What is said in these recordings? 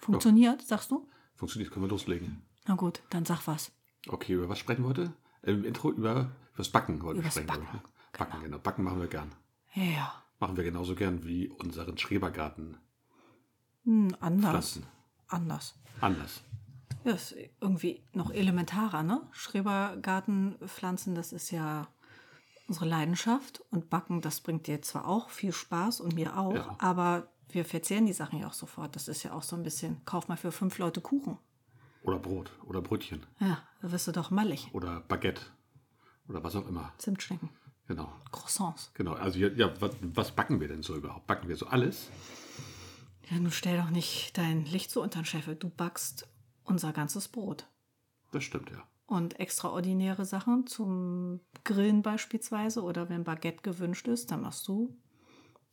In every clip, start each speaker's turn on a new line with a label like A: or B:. A: Funktioniert, sagst du?
B: Funktioniert, können wir loslegen.
A: Na gut, dann sag was.
B: Okay, über was sprechen wir heute? Äh, Im Intro über das Backen wollten wir
A: Übers
B: sprechen.
A: Backen,
B: Backen, Backen genau. Backen machen wir gern.
A: Ja,
B: Machen wir genauso gern wie unseren Schrebergarten
A: hm, anders.
B: pflanzen.
A: Anders.
B: Anders.
A: Ja, ist irgendwie noch elementarer, ne? Schrebergartenpflanzen, das ist ja unsere Leidenschaft. Und Backen, das bringt dir zwar auch viel Spaß und mir auch,
B: Ja.
A: aber wir verzehren die Sachen ja auch sofort. Das ist ja auch so ein bisschen, kauf mal für fünf Leute Kuchen.
B: Oder Brot. Oder Brötchen.
A: Ja, da wirst du doch mallig.
B: Oder Baguette. Oder was auch immer.
A: Zimtschnecken,
B: Genau.
A: Croissants.
B: Genau. Also ja, ja was, was backen wir denn so überhaupt? Backen wir so alles?
A: Ja, nun stell doch nicht dein Licht so unter den Scheffel. Du backst unser ganzes Brot.
B: Das stimmt, ja.
A: Und extraordinäre Sachen zum Grillen beispielsweise oder wenn Baguette gewünscht ist, dann machst du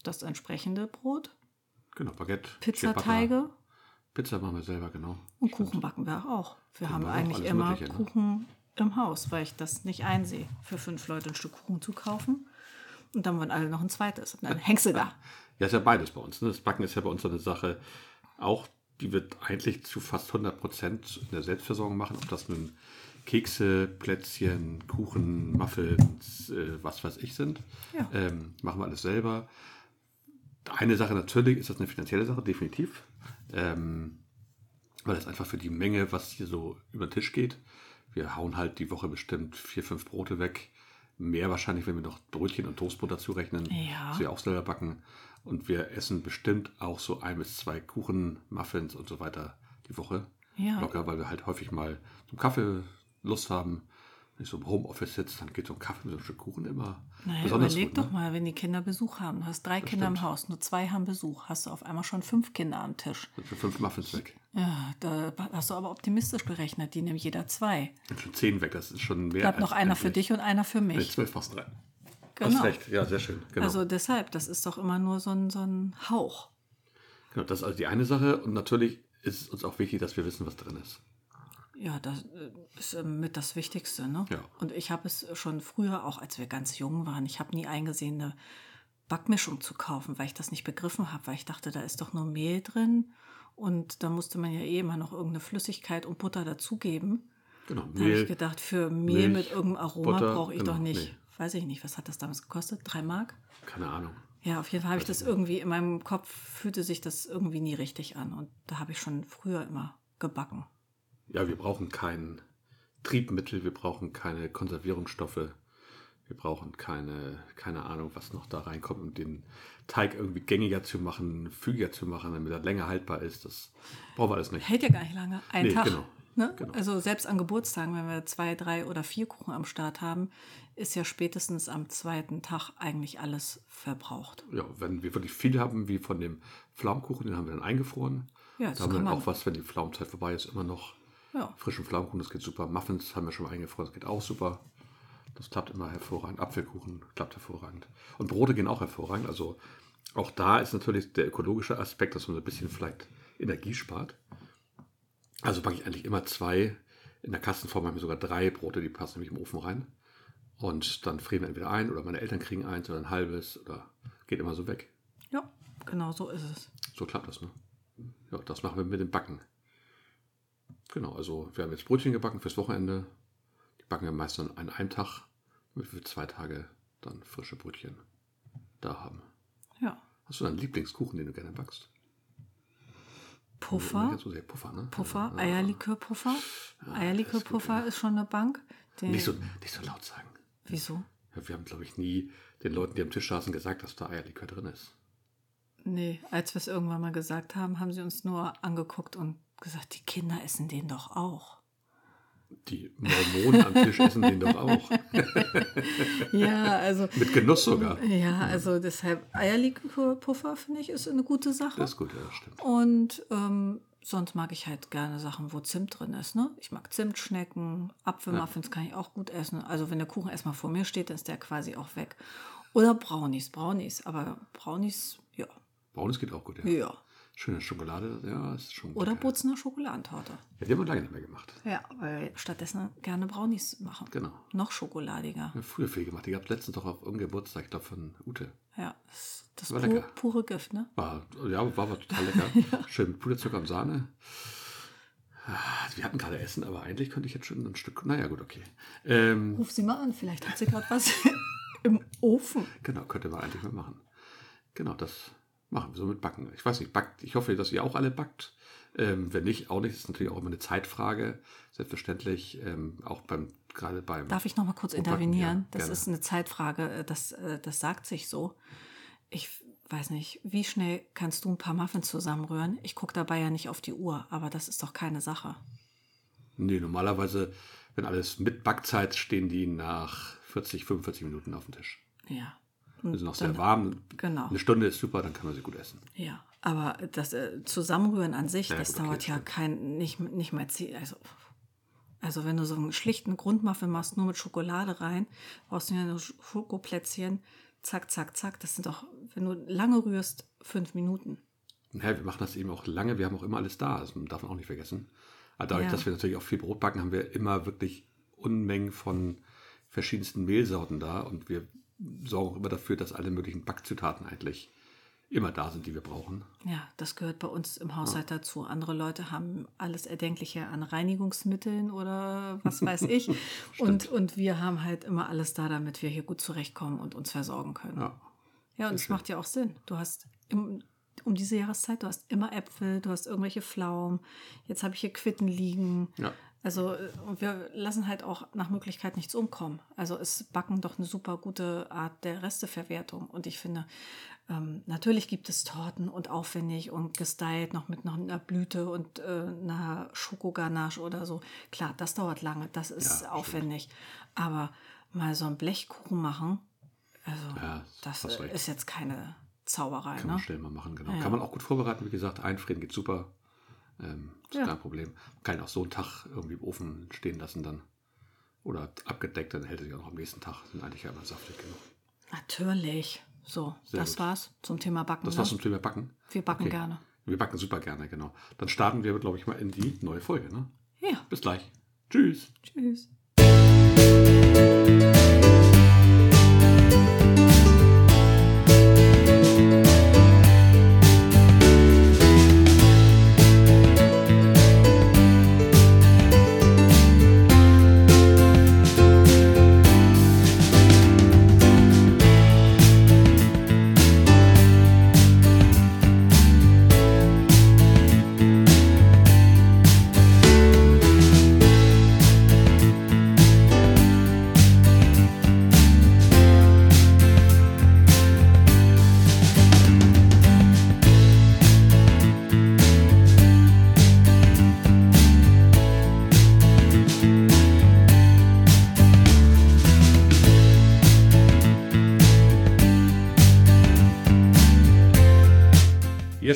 A: das entsprechende Brot.
B: Genau, Baguette. Ciabatta,
A: Pizzateige
B: Pizza machen wir selber, genau.
A: und Kuchen backen wir auch. Wir haben
B: machen auch
A: eigentlich
B: alles
A: immer
B: Mögliche, ne?
A: Kuchen im Haus, weil ich das nicht einsehe, für fünf Leute ein Stück Kuchen zu kaufen. Und dann wollen alle noch ein zweites. Und dann hängst du da.
B: Ja, ist ja beides bei uns. Ne? Das Backen ist ja bei uns so eine Sache, auch die wird eigentlich zu fast 100 Prozent in der Selbstversorgung machen. Ob das nun Kekse, Plätzchen, Kuchen, Muffins, äh, was weiß ich sind,
A: Ja.
B: ähm, machen wir alles selber. Eine Sache natürlich ist das eine finanzielle Sache, definitiv. Ähm, weil das einfach für die Menge, was hier so über den Tisch geht, wir hauen halt die Woche bestimmt vier, fünf Brote weg. Mehr wahrscheinlich, wenn wir noch Brötchen und Toastbrot dazu rechnen,
A: Ja.
B: das wir auch selber backen. Und wir essen bestimmt auch so ein bis zwei Kuchen, Muffins und so weiter die Woche.
A: Ja.
B: Locker, weil wir halt häufig mal zum Kaffee Lust haben. Wenn ich so im Homeoffice sitze, dann geht so ein Kaffee mit so einem Stück Kuchen immer
A: Naja,
B: besonders
A: überleg
B: gut.
A: doch
B: ne?
A: mal, wenn die Kinder Besuch haben. Du hast drei Kinder im
B: stimmt.
A: Haus, nur zwei haben Besuch. Hast du auf einmal schon fünf Kinder am Tisch.
B: Sind schon fünf Muffins weg.
A: Ja, da hast du aber optimistisch gerechnet. Die nehmen jeder zwei.
B: Sind schon zehn weg, das ist schon mehr.
A: Bleibt noch
B: als
A: einer für
B: endlich.
A: dich und einer für
B: Nee,
A: mich.
B: zwölf fast drei.
A: Genau.
B: Hast recht, ja, sehr schön. Genau.
A: Also deshalb, das ist doch immer nur so ein, so ein Hauch.
B: Genau, das ist also die eine Sache. Und natürlich ist es uns auch wichtig, dass wir wissen, was drin ist.
A: Ja, das äh, ist äh, mit das Wichtigste. Ne?
B: Ja.
A: Und ich habe es schon früher, auch als wir ganz jung waren, ich habe nie eingesehen, eine Backmischung zu kaufen, weil ich das nicht begriffen habe, weil ich dachte, da ist doch nur Mehl drin und da musste man ja eh immer noch irgendeine Flüssigkeit und Butter dazugeben.
B: Genau.
A: Da habe ich
B: Mehl,
A: gedacht, für Mehl
B: Milch,
A: mit irgendeinem Aroma
B: Butter,
A: brauche ich doch
B: genau,
A: nicht.
B: nee.
A: Weiß ich nicht, was hat das damals gekostet? Drei Mark?
B: keine Ahnung.
A: Ja, auf jeden Fall habe ich das irgendwie in meinem Kopf, fühlte sich das irgendwie nie richtig an. Und da habe ich schon früher immer gebacken.
B: Ja, wir brauchen kein Triebmittel, wir brauchen keine Konservierungsstoffe, wir brauchen keine, keine Ahnung, was noch da reinkommt, um den Teig irgendwie gängiger zu machen, fügiger zu machen, damit er länger haltbar ist. Das brauchen wir alles nicht.
A: Hält ja gar nicht lange. Ein
B: Nee,
A: Tag.
B: genau.
A: Ne?
B: Genau.
A: Also selbst an Geburtstagen, wenn wir zwei, drei oder vier Kuchen am Start haben, ist ja spätestens am zweiten Tag eigentlich alles verbraucht.
B: Ja, wenn wir wirklich viel haben, wie von dem Pflaumenkuchen, den haben wir dann eingefroren.
A: Ja, das
B: da
A: Also
B: haben wir
A: kann
B: dann
A: man.
B: auch was, wenn die Pflaumenzeit vorbei ist, immer noch.
A: Ja.
B: Frischen Pflaumenkuchen, das geht super. Muffins haben wir schon mal eingefroren, das geht auch super. Das klappt immer hervorragend. Apfelkuchen klappt hervorragend. Und Brote gehen auch hervorragend. Also auch da ist natürlich der ökologische Aspekt, dass man so ein bisschen vielleicht Energie spart. Also backe ich eigentlich immer zwei. In der Kastenform haben wir sogar drei Brote, die passen nämlich im Ofen rein. Und dann frieren wir entweder ein oder meine Eltern kriegen eins oder ein halbes oder geht immer so weg.
A: Ja, genau so ist es.
B: So klappt das, ne? Ja, das machen wir mit dem Backen. Genau, also wir haben jetzt Brötchen gebacken fürs Wochenende. Die backen wir meist dann an einem Tag, damit wir zwei Tage dann frische Brötchen da haben.
A: Ja.
B: Hast du deinen Lieblingskuchen, den du gerne backst? Also,
A: Puffer,
B: nicht so sehr Puffer, ne?
A: Puffer,
B: Ja.
A: Eierlikörpuffer. Eierlikörpuffer ist schon eine Bank. Den,
B: Nicht so, nicht so laut sagen.
A: Wieso?
B: Ja, wir haben, glaube ich, nie den Leuten, die am Tisch saßen, gesagt, dass da Eierlikör drin ist.
A: Nee, als wir es irgendwann mal gesagt haben, haben sie uns nur angeguckt und gesagt, die Kinder essen den doch auch.
B: Die Mormonen am Tisch essen den doch auch.
A: Ja, also
B: Mit Genuss sogar.
A: Ja, also deshalb Eierlikörpuffer finde ich ist eine gute Sache.
B: Das ist gut, ja, das stimmt.
A: Und ähm, sonst mag ich halt gerne Sachen, wo Zimt drin ist. Ne? Ich mag Zimtschnecken, Apfelmuffins kann ich auch gut essen. Also wenn der Kuchen erstmal vor mir steht, dann ist der quasi auch weg. Oder Brownies, Brownies. Aber Brownies, ja,
B: Braunes geht auch gut, ja.
A: ja.
B: Schöne Schokolade, ja, ist schon gut.
A: Oder
B: ja.
A: Butzener Schokoladentorte.
B: Ja, die haben wir lange nicht mehr gemacht.
A: Ja, weil stattdessen gerne Brownies machen.
B: Genau.
A: Noch schokoladiger.
B: Wir haben früher viel gemacht. Die gab es letztens doch auf irgendeinem Geburtstag, ich glaube von Ute.
A: Ja, das, das
B: War
A: pu
B: lecker.
A: pure Gift, ne?
B: War, ja, war, war total lecker. Schön mit Puderzucker und Sahne. Ah, Wir hatten gerade Essen, aber eigentlich könnte ich jetzt schon ein Stück. Naja, gut, okay. Ähm,
A: Ruf sie mal an, vielleicht hat sie gerade was im Ofen.
B: genau, könnte man eigentlich mal machen. Genau, das machen wir so mit Backen. Ich weiß nicht, backt. Ich hoffe, dass ihr auch alle backt. Ähm, wenn nicht, auch nicht. Das ist natürlich auch immer eine Zeitfrage. Selbstverständlich. Ähm, auch beim, gerade beim.
A: Darf ich noch mal kurz
B: backen,
A: intervenieren?
B: ja,
A: das
B: gerne.
A: ist eine Zeitfrage, äh, das, äh, das sagt sich so. Ich f- weiß nicht, wie schnell kannst du ein paar Muffins zusammenrühren? Ich gucke dabei ja nicht auf die Uhr, aber das ist doch keine Sache.
B: Nee, normalerweise, wenn alles mit Backzeit, stehen die nach 40, 45 Minuten auf dem Tisch.
A: Ja.
B: Die sind noch sehr
A: Dann-
B: warm.
A: Genau.
B: Eine Stunde ist super, dann kann man sie gut essen.
A: Ja, aber das äh, Zusammenrühren an sich,
B: Ja,
A: das
B: gut, okay,
A: dauert ja
B: stimmt.
A: kein, nicht, nicht mal zehn, also, also wenn du so einen schlichten Grundmuffin machst, nur mit Schokolade rein, brauchst du ja nur Sch- Schokoplätzchen, zack, zack, zack, das sind doch, wenn du lange rührst, fünf Minuten.
B: Naja, wir machen das eben auch lange, wir haben auch immer alles da, das darf man auch nicht vergessen. Aber dadurch,
A: Ja.
B: dass wir natürlich auch viel Brot backen, haben wir immer wirklich Unmengen von verschiedensten Mehlsorten da und wir sorgen auch immer dafür, dass alle möglichen Backzutaten eigentlich immer da sind, die wir brauchen.
A: Ja, das gehört bei uns im Haushalt dazu. Andere Leute haben alles Erdenkliche an Reinigungsmitteln oder was weiß ich. und, und wir haben halt immer alles da, damit wir hier gut zurechtkommen und uns versorgen können.
B: Ja,
A: Ja, und
B: Sehr
A: es
B: schön.
A: macht ja auch Sinn. Du hast im, um diese Jahreszeit, du hast immer Äpfel, du hast irgendwelche Pflaumen. Jetzt habe ich hier Quitten liegen.
B: ja.
A: Also äh, und wir lassen halt auch nach Möglichkeit nichts umkommen. Also ist Backen doch eine super gute Art der Resteverwertung. Und ich finde, ähm, natürlich gibt es Torten und aufwendig und gestylt noch mit noch einer Blüte und äh, einer Schokoganache oder so. Klar, das dauert lange, das ist
B: stimmt.
A: aufwendig. Aber mal so einen Blechkuchen machen, also
B: Ja,
A: das
B: hast
A: äh,
B: recht.
A: ist jetzt keine Zauberei.
B: Kann
A: Ne?
B: man schnell mal machen, genau.
A: Ja.
B: Kann man auch gut vorbereiten, wie gesagt, einfrieren geht super. Ähm, ist
A: Ja.
B: kein Problem. Man kann ihn auch so einen Tag irgendwie im Ofen stehen lassen dann. Oder abgedeckt, dann hält er sich auch noch am nächsten Tag. Sind eigentlich ja immer saftig genug.
A: Natürlich. So,
B: Sehr
A: das
B: gut.
A: war's zum Thema Backen.
B: Das
A: ne?
B: war's zum Thema Backen.
A: Wir backen
B: Okay.
A: gerne.
B: Wir backen super gerne, genau. Dann starten wir, glaube ich, mal in die neue Folge. Ne?
A: Ja,
B: Bis gleich. Tschüss.
A: tschüss.
B: Hier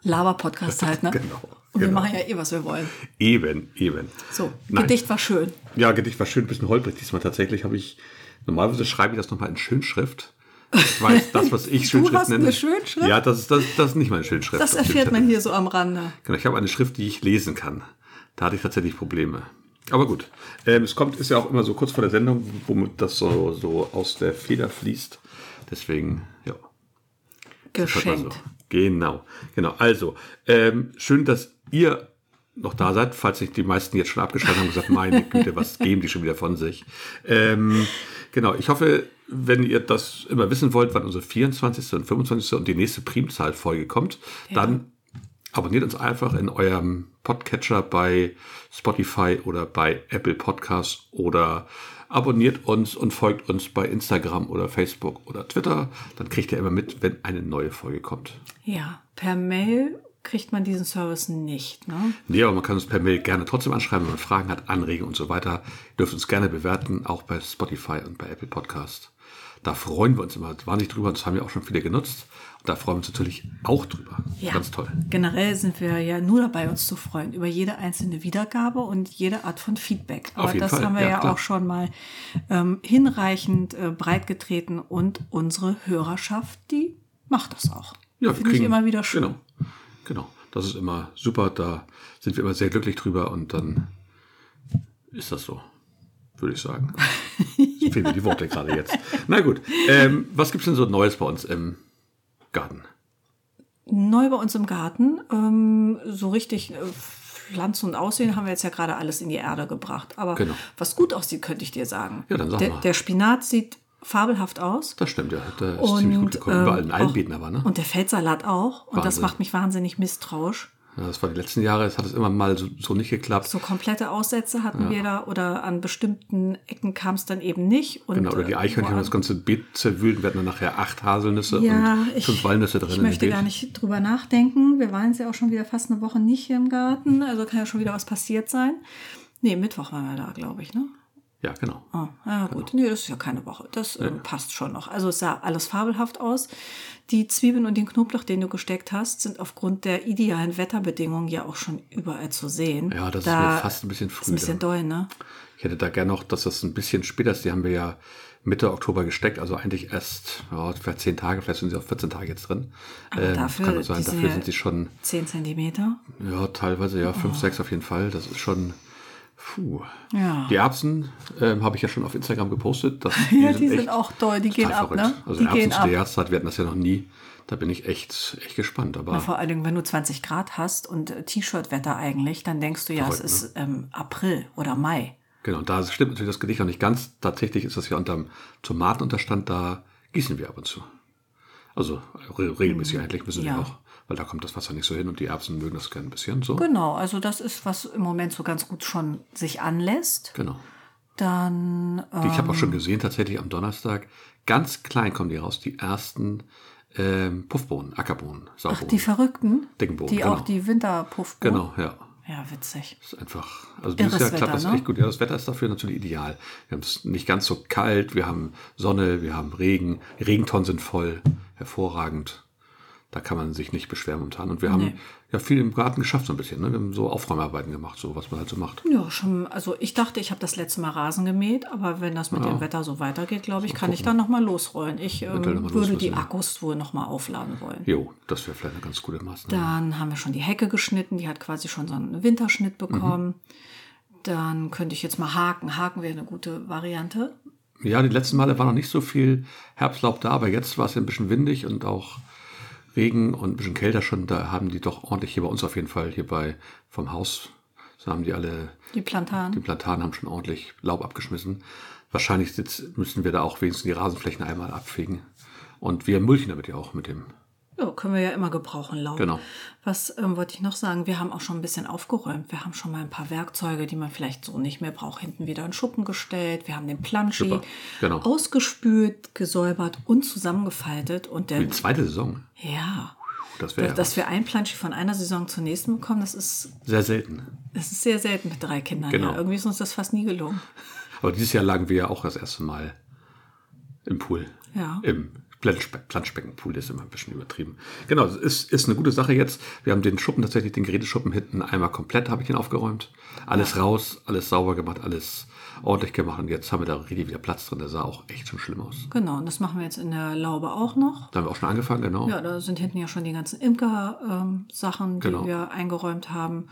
A: Laber-Podcast halt, ne?
B: Genau,
A: Und wir
B: genau.
A: machen ja eh, was wir wollen.
B: Eben, eben.
A: So,
B: Nein.
A: Gedicht war schön.
B: Ja, Gedicht war schön, ein bisschen holprig diesmal. Tatsächlich habe ich, normalerweise schreibe ich das nochmal in Schönschrift. Ich weiß, das, was ich
A: Du
B: Schönschrift
A: hast
B: nenne.
A: eine Schönschrift?
B: Ja, das ist, das, das ist nicht meine Schönschrift.
A: Das
B: auf dem
A: erfährt man
B: Zettel.
A: hier so am Rande.
B: Genau, ich habe eine Schrift, die ich lesen kann. Da hatte ich tatsächlich Probleme. Aber gut, ähm, es kommt, ist ja auch immer so kurz vor der Sendung, womit das so, so aus der Feder fließt. Deswegen, ja. Schaut halt mal
A: Geschenkt.
B: So. also Genau, genau. Also, ähm, schön, dass ihr noch da seid, falls sich die meisten jetzt schon abgeschaltet haben und gesagt, meine Güte, was geben die schon wieder von sich? Ähm, genau, ich hoffe, wenn ihr das immer wissen wollt, wann unsere 24. und 25. und die nächste Primzahlfolge kommt, dann abonniert uns einfach in eurem Podcatcher bei Spotify oder bei Apple Podcasts oder abonniert uns und folgt uns bei Instagram oder Facebook oder Twitter. Dann kriegt ihr immer mit, wenn eine neue Folge kommt.
A: Ja, per Mail kriegt man diesen Service nicht, ne?
B: Nee, aber man kann uns per Mail gerne trotzdem anschreiben, wenn man Fragen hat, Anregungen und so weiter. Ihr dürft uns gerne bewerten, auch bei Spotify und bei Apple Podcast. Da freuen wir uns immer wahnsinnig drüber und das haben wir auch schon viele genutzt. Und da freuen wir uns natürlich auch drüber.
A: Ja.
B: Ganz toll.
A: Generell sind wir ja nur dabei, uns zu freuen über jede einzelne Wiedergabe und jede Art von Feedback. Aber
B: Auf jeden
A: das
B: Fall,
A: haben wir
B: ja,
A: ja,
B: klar.
A: auch schon mal ähm, hinreichend äh, breitgetreten und unsere Hörerschaft, die macht das auch. Finde ich immer wieder schön.
B: Genau, genau. Das ist immer super. Da sind wir immer sehr glücklich drüber und dann ist das so, würde ich sagen. Ich Fehlen mir die Worte gerade jetzt. Na gut, ähm, was gibt es denn so Neues bei uns im Garten?
A: Neu bei uns im Garten, ähm, so richtig äh, Pflanzen und Aussehen haben wir jetzt ja gerade alles in die Erde gebracht. Aber
B: Genau.
A: was gut aussieht, könnte ich dir sagen.
B: Ja, dann sag
A: der,
B: mal.
A: der Spinat sieht fabelhaft aus.
B: Das stimmt, ja. Da ist ziemlich gut gekommen.
A: ähm,
B: Überall in allen
A: auch-
B: Beeten aber, ne?
A: Und der Feldsalat auch. Und das
B: Wahnsinn.
A: macht mich wahnsinnig misstrauisch.
B: Ja, das war die letzten Jahre, das hat es immer mal so, so nicht geklappt.
A: So komplette Aussätze hatten wir da oder an bestimmten Ecken kam es dann eben nicht. Und,
B: genau, oder die
A: äh,
B: Eichhörnchen haben das
A: woan-
B: ganze Beet zerwühlt und wir hatten dann nachher acht Haselnüsse
A: ja,
B: und
A: ich,
B: fünf Walnüsse drin.
A: Ich
B: in dem
A: möchte
B: Beet.
A: gar nicht drüber nachdenken. Wir waren jetzt ja auch schon wieder fast eine Woche nicht hier im Garten. Also kann ja schon wieder was passiert sein. Nee, Mittwoch waren wir da, glaube ich, ne?
B: Ja, genau.
A: Ah, ja gut, nee, das ist ja keine Woche. Das ähm, passt schon noch. Also es sah alles fabelhaft aus. Die Zwiebeln und den Knoblauch, den du gesteckt hast, sind aufgrund der idealen Wetterbedingungen ja auch schon überall zu sehen.
B: Ja, das ist
A: Da
B: mir fast ein bisschen
A: ist
B: früh.
A: ein bisschen
B: dann.
A: doll, ne?
B: Ich hätte da gerne noch, dass das ein bisschen später ist. Die haben wir ja Mitte Oktober gesteckt, also eigentlich erst ja, vielleicht zehn Tage, vielleicht sind sie auch 14 Tage jetzt drin. Ähm,
A: Aber dafür-
B: kann das sein.
A: die sind
B: Dafür
A: ja-
B: sind sie schon,
A: Zehn Zentimeter.
B: ja, teilweise ja,
A: Oh.
B: fünf, sechs auf jeden Fall. Das ist schon. Puh.
A: Ja.
B: Die Erbsen ähm, habe ich ja schon auf Instagram gepostet. Das,
A: Ja, die sind
B: echt
A: auch doll, die gehen
B: total
A: ab, ne?
B: Also
A: Die
B: Erbsen
A: gehen
B: zu der
A: ab.
B: Jahreszeit, wir hatten das ja noch nie. Da bin ich echt, echt gespannt. Aber
A: Vor allen Dingen, wenn du 20
B: ne?
A: Grad hast und äh, T-Shirt-Wetter eigentlich, dann denkst du ja, es
B: Verrückt,
A: ist ähm, April oder Mai.
B: Genau, und da stimmt natürlich das Gedicht noch nicht ganz. Tatsächlich ist das ja unterm Tomatenunterstand, da gießen wir ab und zu. Also re regelmäßig eigentlich müssen
A: Mhm. Ja.
B: wir auch, weil da kommt das Wasser nicht so hin und die Erbsen mögen das gerne ein bisschen. So.
A: Genau, also das ist, was im Moment so ganz gut schon sich anlässt.
B: Genau.
A: Dann,
B: Die,
A: äh,
B: ich habe auch schon gesehen, tatsächlich am Donnerstag, ganz klein kommen die raus, die ersten ähm, Puffbohnen, Ackerbohnen,
A: ach, die
B: Saubohnen,
A: Verrückten,
B: Dickenbohnen.
A: die
B: Genau.
A: auch die Winterpuff.
B: genau, ja.
A: Ja, witzig.
B: Ist einfach, also
A: Irres
B: dieses Jahr klappt
A: Wetter,
B: das
A: ne?
B: echt gut. Ja, das Wetter ist dafür natürlich ideal. Wir haben es nicht ganz so kalt, wir haben Sonne, wir haben Regen. Die Regentonnen sind voll, hervorragend. Da kann man sich nicht beschweren momentan. Und wir haben
A: Nee.
B: ja viel im Garten geschafft so ein bisschen. Ne? Wir haben so Aufräumarbeiten gemacht, so was man halt so macht.
A: Ja, schon. Also ich dachte, ich habe das letzte Mal Rasen gemäht, aber wenn das mit dem Wetter so weitergeht, glaube ich, kann ich dann nochmal losrollen. Ich ähm,
B: Eventuell halt noch mal
A: würde
B: los
A: die
B: müssen, ja.
A: Akkus wohl nochmal aufladen wollen.
B: Jo, das wäre vielleicht eine ganz gute Maßnahme.
A: Dann haben wir schon die Hecke geschnitten, die hat quasi schon so einen Winterschnitt
B: Mhm.
A: bekommen. Dann könnte ich jetzt mal haken. Haken wäre eine gute Variante.
B: Ja, die letzten Male war noch nicht so viel Herbstlaub da, aber jetzt war es ja ein bisschen windig und auch Regen und ein bisschen kälter schon. Da haben die doch ordentlich hier bei uns auf jeden Fall, hier bei vom Haus, so haben die alle
A: Die Plantan.
B: Die Platanen haben schon ordentlich Laub abgeschmissen. Wahrscheinlich jetzt müssen wir da auch wenigstens die Rasenflächen einmal abfegen. Und wir mulchen damit ja auch mit dem.
A: Ja, können wir ja immer gebrauchen, Laub.
B: Genau.
A: Was ähm, wollte ich noch sagen? Wir haben auch schon ein bisschen aufgeräumt. Wir haben schon mal ein paar Werkzeuge, die man vielleicht so nicht mehr braucht, hinten wieder in Schuppen gestellt. Wir haben den Planschi
B: Super, genau.
A: ausgespült, gesäubert und zusammengefaltet. Und der,
B: Die zweite Saison.
A: ja,
B: Das wäre
A: dass,
B: ja
A: dass wir einen Planschi von einer Saison zur nächsten bekommen, das ist,
B: sehr selten.
A: das ist sehr selten mit drei Kindern.
B: Genau.
A: Ja, irgendwie ist uns das fast nie gelungen.
B: Aber dieses Jahr lagen wir ja auch das erste Mal im Pool.
A: Ja.
B: Im Planschbe Planschbeckenpool ist immer ein bisschen übertrieben. Genau, es ist, ist eine gute Sache jetzt. Wir haben den Schuppen tatsächlich, den Geräteschuppen hinten einmal komplett, habe ich den aufgeräumt. Alles raus, alles sauber gemacht, alles ordentlich gemacht. Und jetzt haben wir da richtig wieder Platz drin. Der sah auch echt schon schlimm aus.
A: Genau, und das machen wir jetzt in der Laube auch noch.
B: Da haben wir auch schon angefangen, genau.
A: Ja, da sind hinten ja schon die ganzen Imker-Sachen, die
B: Genau.
A: wir eingeräumt haben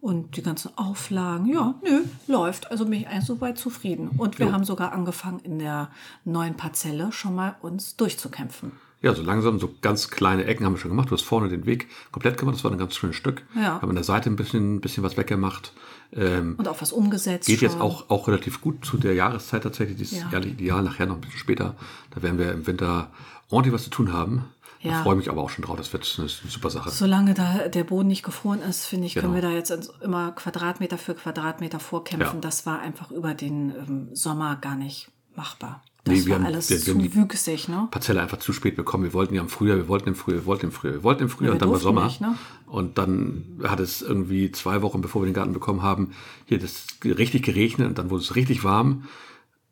A: und die ganzen Auflagen. Ja, nö, läuft. Also bin ich eigentlich soweit zufrieden. Und wir haben sogar angefangen, in der neuen Parzelle schon mal uns durchzukämpfen.
B: Ja, so langsam, so ganz kleine Ecken haben wir schon gemacht. Du hast vorne den Weg komplett gemacht, das war ein ganz schönes Stück.
A: Ja.
B: Haben an der Seite ein bisschen, ein bisschen was weggemacht. Ähm,
A: Und auch was umgesetzt.
B: geht jetzt
A: schon.
B: auch, auch relativ gut zu der Jahreszeit tatsächlich. Die ist
A: Ja.
B: ehrlich ideal, nachher noch ein bisschen später. Da werden wir im Winter ordentlich was zu tun haben.
A: Ja.
B: Da freue ich mich aber auch schon drauf. Das wird eine super Sache.
A: Solange da der Boden nicht gefroren ist, finde ich, können wir
B: Genau.
A: da jetzt ins- immer Quadratmeter für Quadratmeter vorkämpfen.
B: Ja.
A: Das war einfach über den ähm, Sommer gar nicht machbar. Das
B: Nee, wir
A: war
B: haben-
A: alles
B: wir- wir
A: zu
B: haben die-
A: wüchsig, ne?
B: Parzelle einfach zu spät bekommen. Wir wollten ja im Frühjahr, wir wollten im Frühjahr, wir wollten im Frühjahr, wir wollten im Frühjahr
A: Ja, wir
B: und dann war
A: durften
B: Sommer.
A: nicht, ne?
B: Und dann hat es irgendwie zwei Wochen, bevor wir den Garten bekommen haben, hier das richtig geregnet und dann wurde es richtig warm.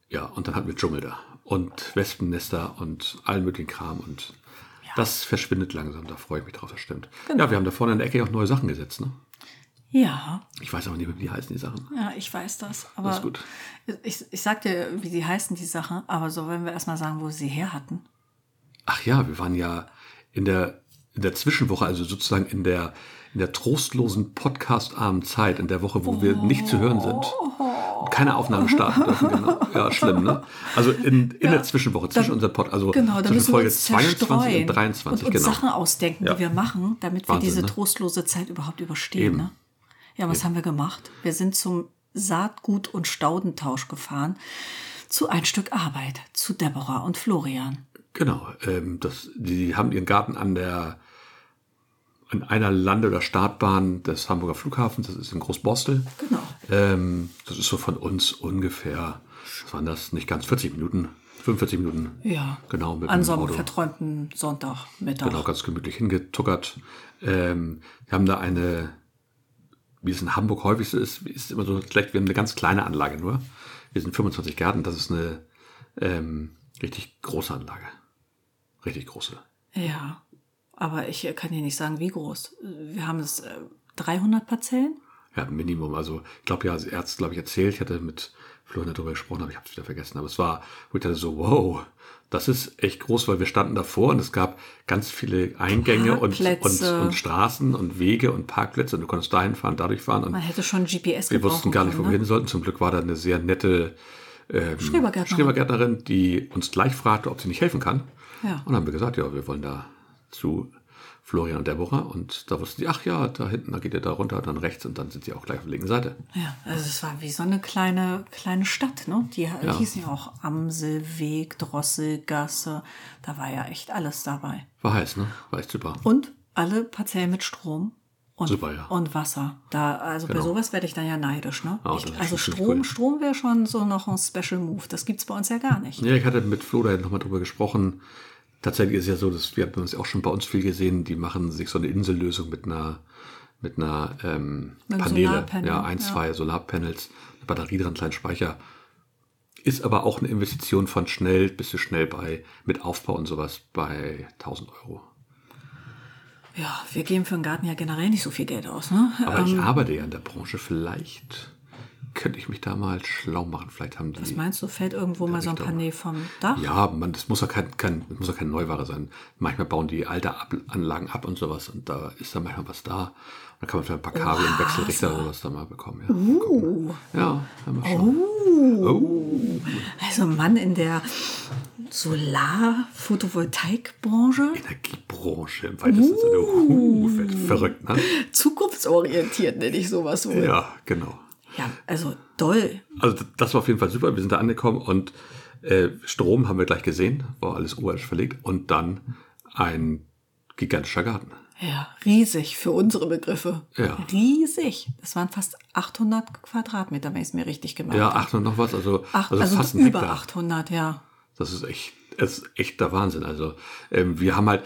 B: Ja, und dann hatten wir Dschungel da und Wespennester und allen möglichen Kram und das verschwindet langsam. Da freue ich mich drauf, das stimmt.
A: Genau.
B: Ja, wir haben da vorne in der Ecke auch neue Sachen gesetzt. Ne?
A: Ja.
B: Ich weiß aber nicht mehr, wie die heißen, die Sachen.
A: Ja, ich weiß das. Aber
B: ist gut.
A: Ich, ich sag dir, wie die heißen, die Sache, aber so wollen wir erstmal sagen, wo sie her hatten.
B: Ach ja, wir waren ja in der, in der Zwischenwoche, also sozusagen in der, in der trostlosen podcastarmen Zeit, in der Woche, wo wir nicht zu hören sind. und Keine Aufnahme starten dürfen, genau. Ja, schlimm, ne? Also in, in der Zwischenwoche, zwischen unserem Pod, also
A: Genau, da
B: zwischen
A: müssen wir
B: Folge
A: uns
B: 22
A: 22
B: und 23,
A: und uns
B: genau.
A: Sachen ausdenken,
B: Ja.
A: die wir machen, damit wir
B: Wahnsinn,
A: diese
B: ne?
A: trostlose Zeit überhaupt überstehen. Ne? Ja, was haben wir gemacht? Wir sind zum Saatgut- und Staudentausch gefahren, zu ein Stück Arbeit, zu Deborah und Florian.
B: Genau, ähm, das, die haben ihren Garten an der an einer Lande- oder Startbahn des Hamburger Flughafens, das ist in Großborstel.
A: Genau.
B: Ähm, das ist so von uns ungefähr, was waren das, nicht ganz 40 Minuten, 45 Minuten.
A: Ja.
B: Genau, mit
A: An
B: dem
A: so einem
B: Auto.
A: verträumten Sonntagmittag.
B: Genau, ganz gemütlich hingetuckert. Ähm, wir haben da eine, wie es in Hamburg häufig so ist, ist immer so schlecht, wir haben eine ganz kleine Anlage nur. Wir sind 25 Gärten, das ist eine ähm, richtig große Anlage. Richtig große.
A: Ja, aber ich äh, kann dir nicht sagen, wie groß. Wir haben es äh, 300 Parzellen.
B: Ja, Minimum. Also ich glaube ja, er hat es, glaube ich, erzählt. Ich hatte mit Florian darüber gesprochen, aber ich habe es wieder vergessen. Aber es war, wo ich dachte so, wow, das ist echt groß, weil wir standen davor und es gab ganz viele Eingänge und, und,
A: Parkplätze.
B: und Straßen und Wege und Parkplätze und du konntest dahin fahren, dadurch fahren und
A: Man hätte schon GPS
B: wir wussten
A: gebrauchen
B: gar nicht, wo
A: können,
B: wir
A: ne?
B: hin sollten. Zum Glück war da eine sehr nette
A: Schrebergärtner.
B: Schrebergärtnerin, die uns gleich fragte, ob sie nicht helfen kann.
A: Ja.
B: Und dann haben wir gesagt, ja, wir wollen da zu Florian und Deborah und da wussten die, ach ja, da hinten, da geht ihr da runter, dann rechts und dann sind sie auch gleich auf der linken Seite.
A: Ja, also es war wie so eine kleine, kleine Stadt, ne? Die ja. hießen ja auch Amselweg, Drosselgasse. Da war ja echt alles dabei.
B: War heiß, ne? War echt super.
A: Und alle Parzellen mit Strom und,
B: Super, ja.
A: und Wasser. Da, also bei
B: Genau.
A: sowas werde ich dann ja neidisch, ne?
B: Ah,
A: ich,
B: das ist
A: also
B: schon ziemlich
A: Strom,
B: cool.
A: Strom wäre schon so noch ein Special Move. Das gibt's bei uns ja gar nicht.
B: Ja, ich hatte mit Flo da nochmal drüber gesprochen. Tatsächlich ist es ja so, dass wir haben es auch schon bei uns viel gesehen, die machen sich so eine Insellösung mit einer, mit einer ähm,
A: Mit einem
B: Paneele.
A: Solarpanel,
B: Ja, ein,
A: ja.
B: zwei Solarpanels, eine Batterie dran, kleinen Speicher. Ist aber auch eine Investition von schnell, bist du schnell bei, mit Aufbau und sowas bei 1000 Euro.
A: Ja, wir geben für den Garten ja generell nicht so viel Geld aus, ne?
B: Aber
A: Ähm,
B: ich arbeite ja in der Branche, vielleicht könnte ich mich da mal schlau machen. Vielleicht haben die.
A: was meinst du, fällt irgendwo mal so ein
B: Richtung.
A: Panel vom Dach?
B: Ja, man, das muss ja kein, kein, das muss ja keine Neuware sein. Manchmal bauen die alte ab Anlagen ab und sowas und da ist dann manchmal was da. Da kann man vielleicht ein paar Kabel, einen Wechselrichter oder was da mal bekommen. Ja, Mal gucken. ja haben wir schon.
A: Also ein Mann in der Solar-Photovoltaik-Branche,
B: Energiebranche im weitesten Sinne. Uh, wird verrückt, ne?
A: zukunftsorientiert nenne ich sowas wohl. Ja,
B: Ja, genau.
A: also doll.
B: Also d- das war auf jeden Fall super. Wir sind da angekommen und äh, Strom haben wir gleich gesehen, war alles oberirdisch verlegt und dann ein gigantischer Garten.
A: Ja, riesig für unsere Begriffe.
B: Ja.
A: Riesig. Das waren fast 800 Quadratmeter, wenn ich es mir richtig gemerkt
B: Ja,
A: habe.
B: 800 noch was, also,
A: Acht,
B: also
A: also
B: fast ein
A: über
B: Hektar.
A: 800, ja.
B: Das ist echt, das ist echt der Wahnsinn. Also ähm, wir haben halt,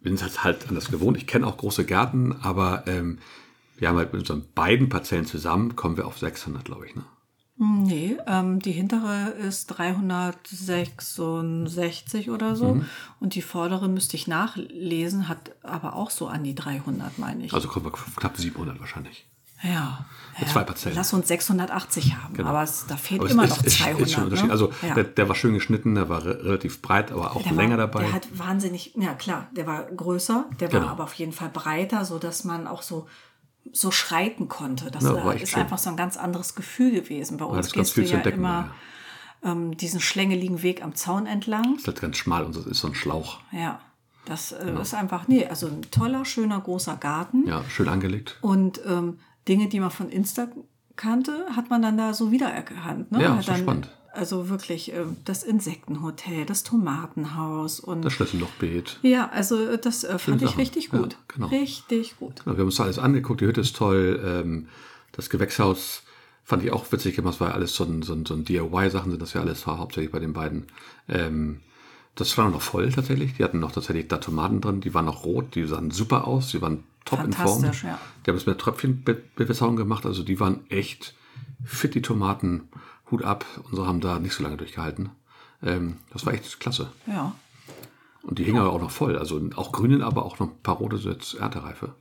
B: wir sind halt, halt anders gewohnt. Ich kenne auch große Gärten, aber ähm, wir haben halt mit unseren beiden Parzellen zusammen, kommen wir auf 600, glaube ich. Ne?
A: Hm, Nee, ähm, die hintere ist 366 oder so.
B: Mhm.
A: Und die vordere müsste ich nachlesen, hat aber auch so an die 300, meine ich.
B: Also kommen wir auf knapp 700 wahrscheinlich.
A: Ja.
B: Mit
A: ja.
B: zwei Parzellen.
A: Lass uns 680 haben,
B: Genau.
A: aber es, da fehlt
B: Aber es
A: immer
B: ist,
A: noch
B: ist,
A: 200.
B: Ist schon ein Unterschied.
A: ne?
B: Also
A: ja.
B: der, der war schön geschnitten, der war re relativ breit, aber auch
A: Der
B: länger
A: war,
B: dabei.
A: Der hat wahnsinnig, ja klar, der war größer, der war
B: Genau.
A: aber auf jeden Fall breiter, sodass man auch so so schreiten konnte. Das
B: Ja,
A: äh,
B: war echt
A: ist
B: schön.
A: einfach so ein ganz anderes Gefühl gewesen. Bei
B: da
A: uns
B: ist ganz
A: gehst du
B: viel zu
A: ja
B: entdecken.
A: immer
B: ja.
A: ähm, diesen schlängeligen Weg am Zaun entlang.
B: Ist halt ganz schmal und das ist so ein Schlauch.
A: Ja, das äh, ist einfach, nee, also ein toller, schöner, großer Garten.
B: Genau. Ja, schön angelegt.
A: Und ähm, Dinge, die man von Insta kannte, hat man dann da so wiedererkannt. Ne?
B: Ja,
A: hat
B: ist doch
A: dann,
B: spannend.
A: Also wirklich ähm, das Insektenhotel, das Tomatenhaus und
B: Das Schlüssellochbeet.
A: ja, also äh, das äh, fand ich
B: Sachen.
A: richtig
B: Ja,
A: gut.
B: genau.
A: Richtig gut.
B: Genau, wir haben uns da alles angeguckt, die Hütte ist toll, ähm, das Gewächshaus fand ich auch witzig gemacht, weil alles so ein, so ein, so ein DIY-Sachen sind das ja alles hau- hauptsächlich bei den beiden. Ähm, das war noch voll tatsächlich, die hatten noch tatsächlich da Tomaten drin, die waren noch rot, die sahen super aus, die waren top in Form.
A: Fantastisch, ja.
B: Die haben es mit Tröpfchenbewässerung gemacht, also die waren echt fit, die Tomaten, Hut ab, unsere haben da nicht so lange durchgehalten. Ähm, das war echt klasse.
A: Ja.
B: Und die hingen aber auch noch voll. Also auch grünen, aber auch noch ein paar rote so jetzt Erntereife.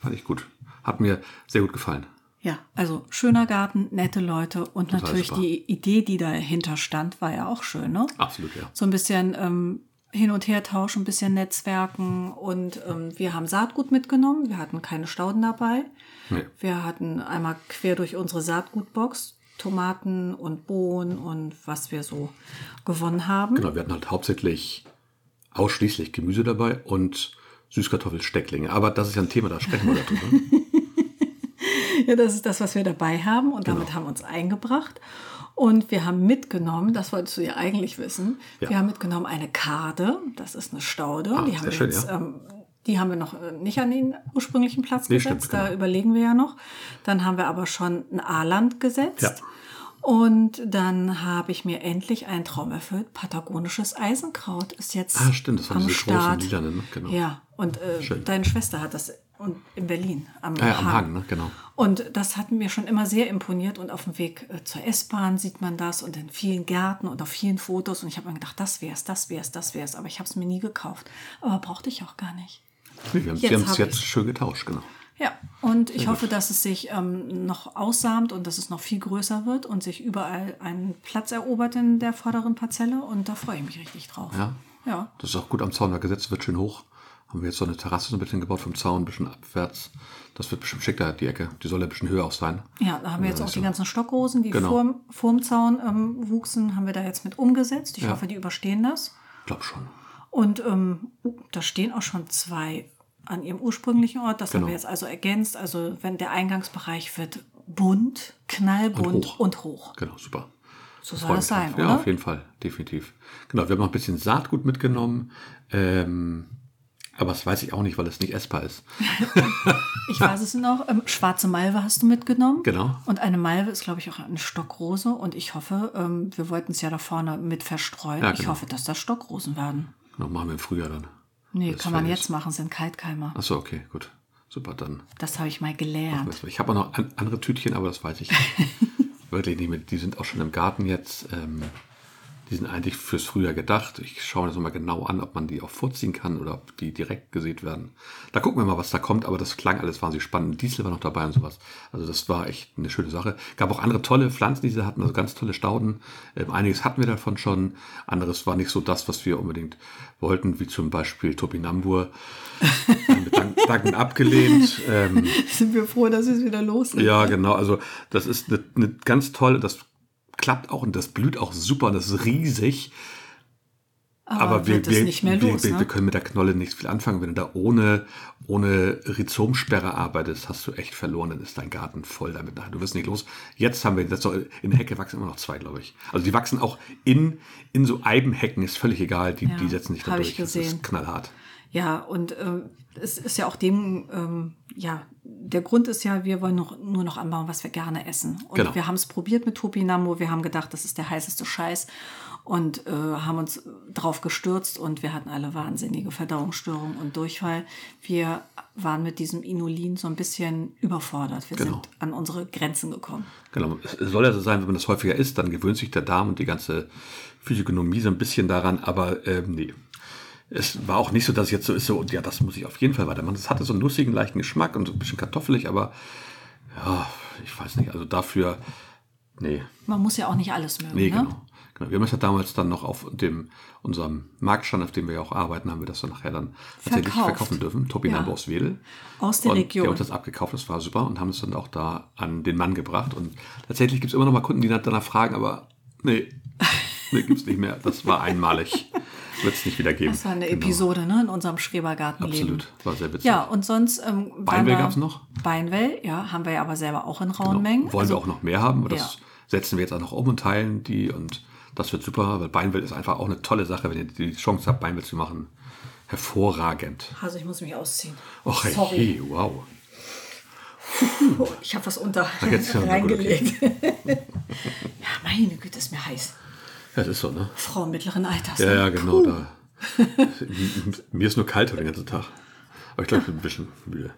B: Fand ich gut. Hat mir sehr gut gefallen.
A: Ja, also schöner Garten, nette Leute und
B: Total
A: natürlich
B: super.
A: die Idee, die dahinter stand, war ja auch schön, ne?
B: Absolut, ja.
A: so ein bisschen ähm, hin und her tauschen, ein bisschen Netzwerken. Und ähm, wir haben Saatgut mitgenommen. Wir hatten keine Stauden dabei.
B: Nee.
A: Wir hatten einmal quer durch unsere Saatgutbox Tomaten und Bohnen und was wir so gewonnen haben.
B: Genau, wir hatten halt hauptsächlich ausschließlich Gemüse dabei und Süßkartoffelstecklinge. Aber das ist ja ein Thema, da sprechen wir darüber.
A: Ja, das ist das, was wir dabei haben und
B: Genau.
A: damit haben wir uns eingebracht. Und wir haben mitgenommen, das wolltest du ja eigentlich wissen,
B: Ja.
A: wir haben mitgenommen eine Kade, das ist eine Staude.
B: Ah,
A: die
B: sehr
A: haben wir
B: schön,
A: jetzt,
B: ja.
A: ähm, die haben wir noch äh, nicht an den ursprünglichen Platz
B: Nee,
A: gesetzt,
B: stimmt, genau.
A: da überlegen wir ja noch. Dann haben wir aber schon ein A-Land gesetzt.
B: Ja.
A: Und dann habe ich mir endlich einen Traum erfüllt. Patagonisches Eisenkraut ist jetzt
B: Ah, stimmt, das waren
A: am
B: diese großen
A: Start.
B: lilanen, ne? Genau.
A: Ja, und äh,
B: Schön.
A: deine Schwester hat das und in Berlin am,
B: Ah ja, am
A: Hang.
B: Hang, ne? Genau.
A: Und das hat mir schon immer sehr imponiert. Und auf dem Weg äh, zur S-Bahn sieht man das und in vielen Gärten und auf vielen Fotos. Und ich habe mir gedacht, das wär's, das wär's, das wär's. Aber ich habe es mir nie gekauft. Aber brauchte ich auch gar nicht.
B: Nee, wir haben
A: Jetzt
B: wir haben es
A: hab
B: jetzt
A: ich's.
B: schön getauscht, genau.
A: Ja, und ich hoffe, dass es sich ähm, noch aussamt und dass es noch viel größer wird und sich überall einen Platz erobert in der vorderen Parzelle. Und da freue ich mich richtig drauf.
B: Ja.
A: Ja.
B: Das ist auch gut am Zaun, da gesetzt wird schön hoch. Haben wir jetzt so eine Terrasse so ein bisschen gebaut, vom Zaun ein bisschen abwärts. Das wird bestimmt schicker, die Ecke. Die soll ja ein bisschen höher auch sein.
A: Ja, da haben wir jetzt auch die ganzen Stockrosen, die
B: Also. Genau.
A: vorm, vorm Zaun ähm, wuchsen, haben wir da jetzt mit umgesetzt. Ich hoffe, die überstehen das. oh,
B: Ich glaube schon.
A: Und ähm, da stehen auch schon zwei an ihrem ursprünglichen Ort. Das
B: Genau.
A: haben wir jetzt also ergänzt. Also wenn der Eingangsbereich wird bunt, knallbunt und
B: hoch.
A: hoch.
B: Genau, super.
A: So
B: Freu
A: soll das
B: mich
A: sein,
B: drauf.
A: oder?
B: Ja, auf jeden Fall, definitiv. Genau, wir haben noch ein bisschen Saatgut mitgenommen. Ähm, aber das weiß ich auch nicht, weil es nicht essbar ist.
A: Ich weiß es noch. Ähm, schwarze Malve hast du mitgenommen.
B: Genau.
A: Und eine Malve ist, glaube ich, auch eine Stockrose. Und ich hoffe, ähm, wir wollten es ja da vorne mit verstreuen.
B: Ja,
A: Ich
B: genau.
A: hoffe, dass das Stockrosen werden.
B: Genau, machen wir im Frühjahr dann.
A: Nee,
B: Das
A: kann man
B: fällt.
A: jetzt machen, sind Kaltkeimer.
B: Achso, okay, gut. Super, dann.
A: Das habe ich mal gelernt.
B: Ich habe auch noch an, andere Tütchen, aber das weiß ich wirklich nicht mehr. Die sind auch schon im Garten jetzt. Ähm, die sind eigentlich fürs Frühjahr gedacht. Ich schaue das nochmal genau an, ob man die auch vorziehen kann oder ob die direkt gesät werden. Da gucken wir mal, was da kommt, aber das klang alles wahnsinnig spannend. Diesel war noch dabei und sowas. Also das war echt eine schöne Sache. Gab auch andere tolle Pflanzen, die sie hatten, also ganz tolle Stauden. Ähm, einiges hatten wir davon schon. Anderes war nicht so das, was wir unbedingt wollten, wie zum Beispiel Topinambur. Haben wir dank, danken abgelehnt. Ähm,
A: Sind wir froh, dass es wieder los ist?
B: ja, genau. Also das ist eine, eine ganz tolle, das klappt auch und das blüht auch super, das ist riesig.
A: aber,
B: Aber, wir,
A: wird es
B: wir,
A: nicht mehr
B: wir,
A: los,
B: wir,
A: ne?
B: wir können mit der Knolle nicht viel anfangen. Wenn du da ohne, ohne Rhizomsperre arbeitest, hast du echt verloren, dann ist dein Garten voll damit. Nein, Du wirst nicht los. Jetzt haben wir, das doch, in der Hecke wachsen immer noch zwei, glaube ich. Also die wachsen auch in, in so Eibenhecken, ist völlig egal, die,
A: Ja,
B: die setzen sich da
A: hab
B: durch.
A: ich
B: Das
A: gesehen.
B: ist knallhart.
A: Ja, und ähm, es ist ja auch dem, ähm, ja, der Grund ist ja, wir wollen noch, nur noch anbauen, was wir gerne essen. Und
B: Genau.
A: wir haben es probiert mit Topinambo, wir haben gedacht, das ist der heißeste Scheiß und äh, haben uns drauf gestürzt und wir hatten alle wahnsinnige Verdauungsstörungen und Durchfall. Wir waren mit diesem Inulin so ein bisschen überfordert. Wir
B: Genau.
A: sind an unsere Grenzen gekommen.
B: Genau, es soll ja so sein, wenn man das häufiger isst, dann gewöhnt sich der Darm und die ganze Physiognomie so ein bisschen daran, aber ähm, nee. Es war auch nicht so, dass es jetzt so ist, so, und ja, das muss ich auf jeden Fall weitermachen. Es hatte so einen nussigen, leichten Geschmack und so ein bisschen kartoffelig, aber ja, ich weiß nicht, also dafür, nee,
A: Man muss ja auch nicht alles mögen,
B: nee,
A: ne?
B: genau. genau. Wir haben es ja damals dann noch auf dem, unserem Marktstand, auf dem wir ja auch arbeiten, haben wir das dann nachher dann tatsächlich
A: Verkauft.
B: verkaufen dürfen. Topinambo
A: Ja.
B: aus Wedel.
A: Aus der
B: und Der
A: Region.
B: hat uns das abgekauft, das war super und haben es dann auch da an den Mann gebracht. Und tatsächlich gibt es immer noch mal Kunden, die danach fragen, aber nee, nee gibt es nicht mehr. Das war einmalig. Wird es nicht wieder geben.
A: Das war eine
B: Genau.
A: Episode ne, in unserem Schrebergartenleben.
B: Absolut, war sehr witzig.
A: Ja, und sonst. Ähm, waren
B: Beinwell
A: wir-
B: gab's noch?
A: Beinwell, ja, haben wir ja aber selber auch in rauen
B: Genau.
A: Mengen.
B: Wollen wir auch noch mehr haben, aber das
A: also Ja.
B: setzen wir jetzt auch noch um und teilen die und das wird super, weil Beinwild ist einfach auch eine tolle Sache, wenn ihr die Chance habt, Beinwild zu machen. Hervorragend.
A: Also ich muss mich ausziehen.
B: Och,
A: Sorry,
B: hey, wow.
A: ich habe was unter
B: Ach, jetzt ist ja gut,
A: reingelegt. ja, meine Güte, ist mir heiß.
B: Das ist so, ne?
A: Frau mittleren Alters.
B: Ja,
A: ne?
B: ja, genau. Da. Mir ist nur kalt heute den ganzen Tag. Aber ich glaube, ich bin ein bisschen müde.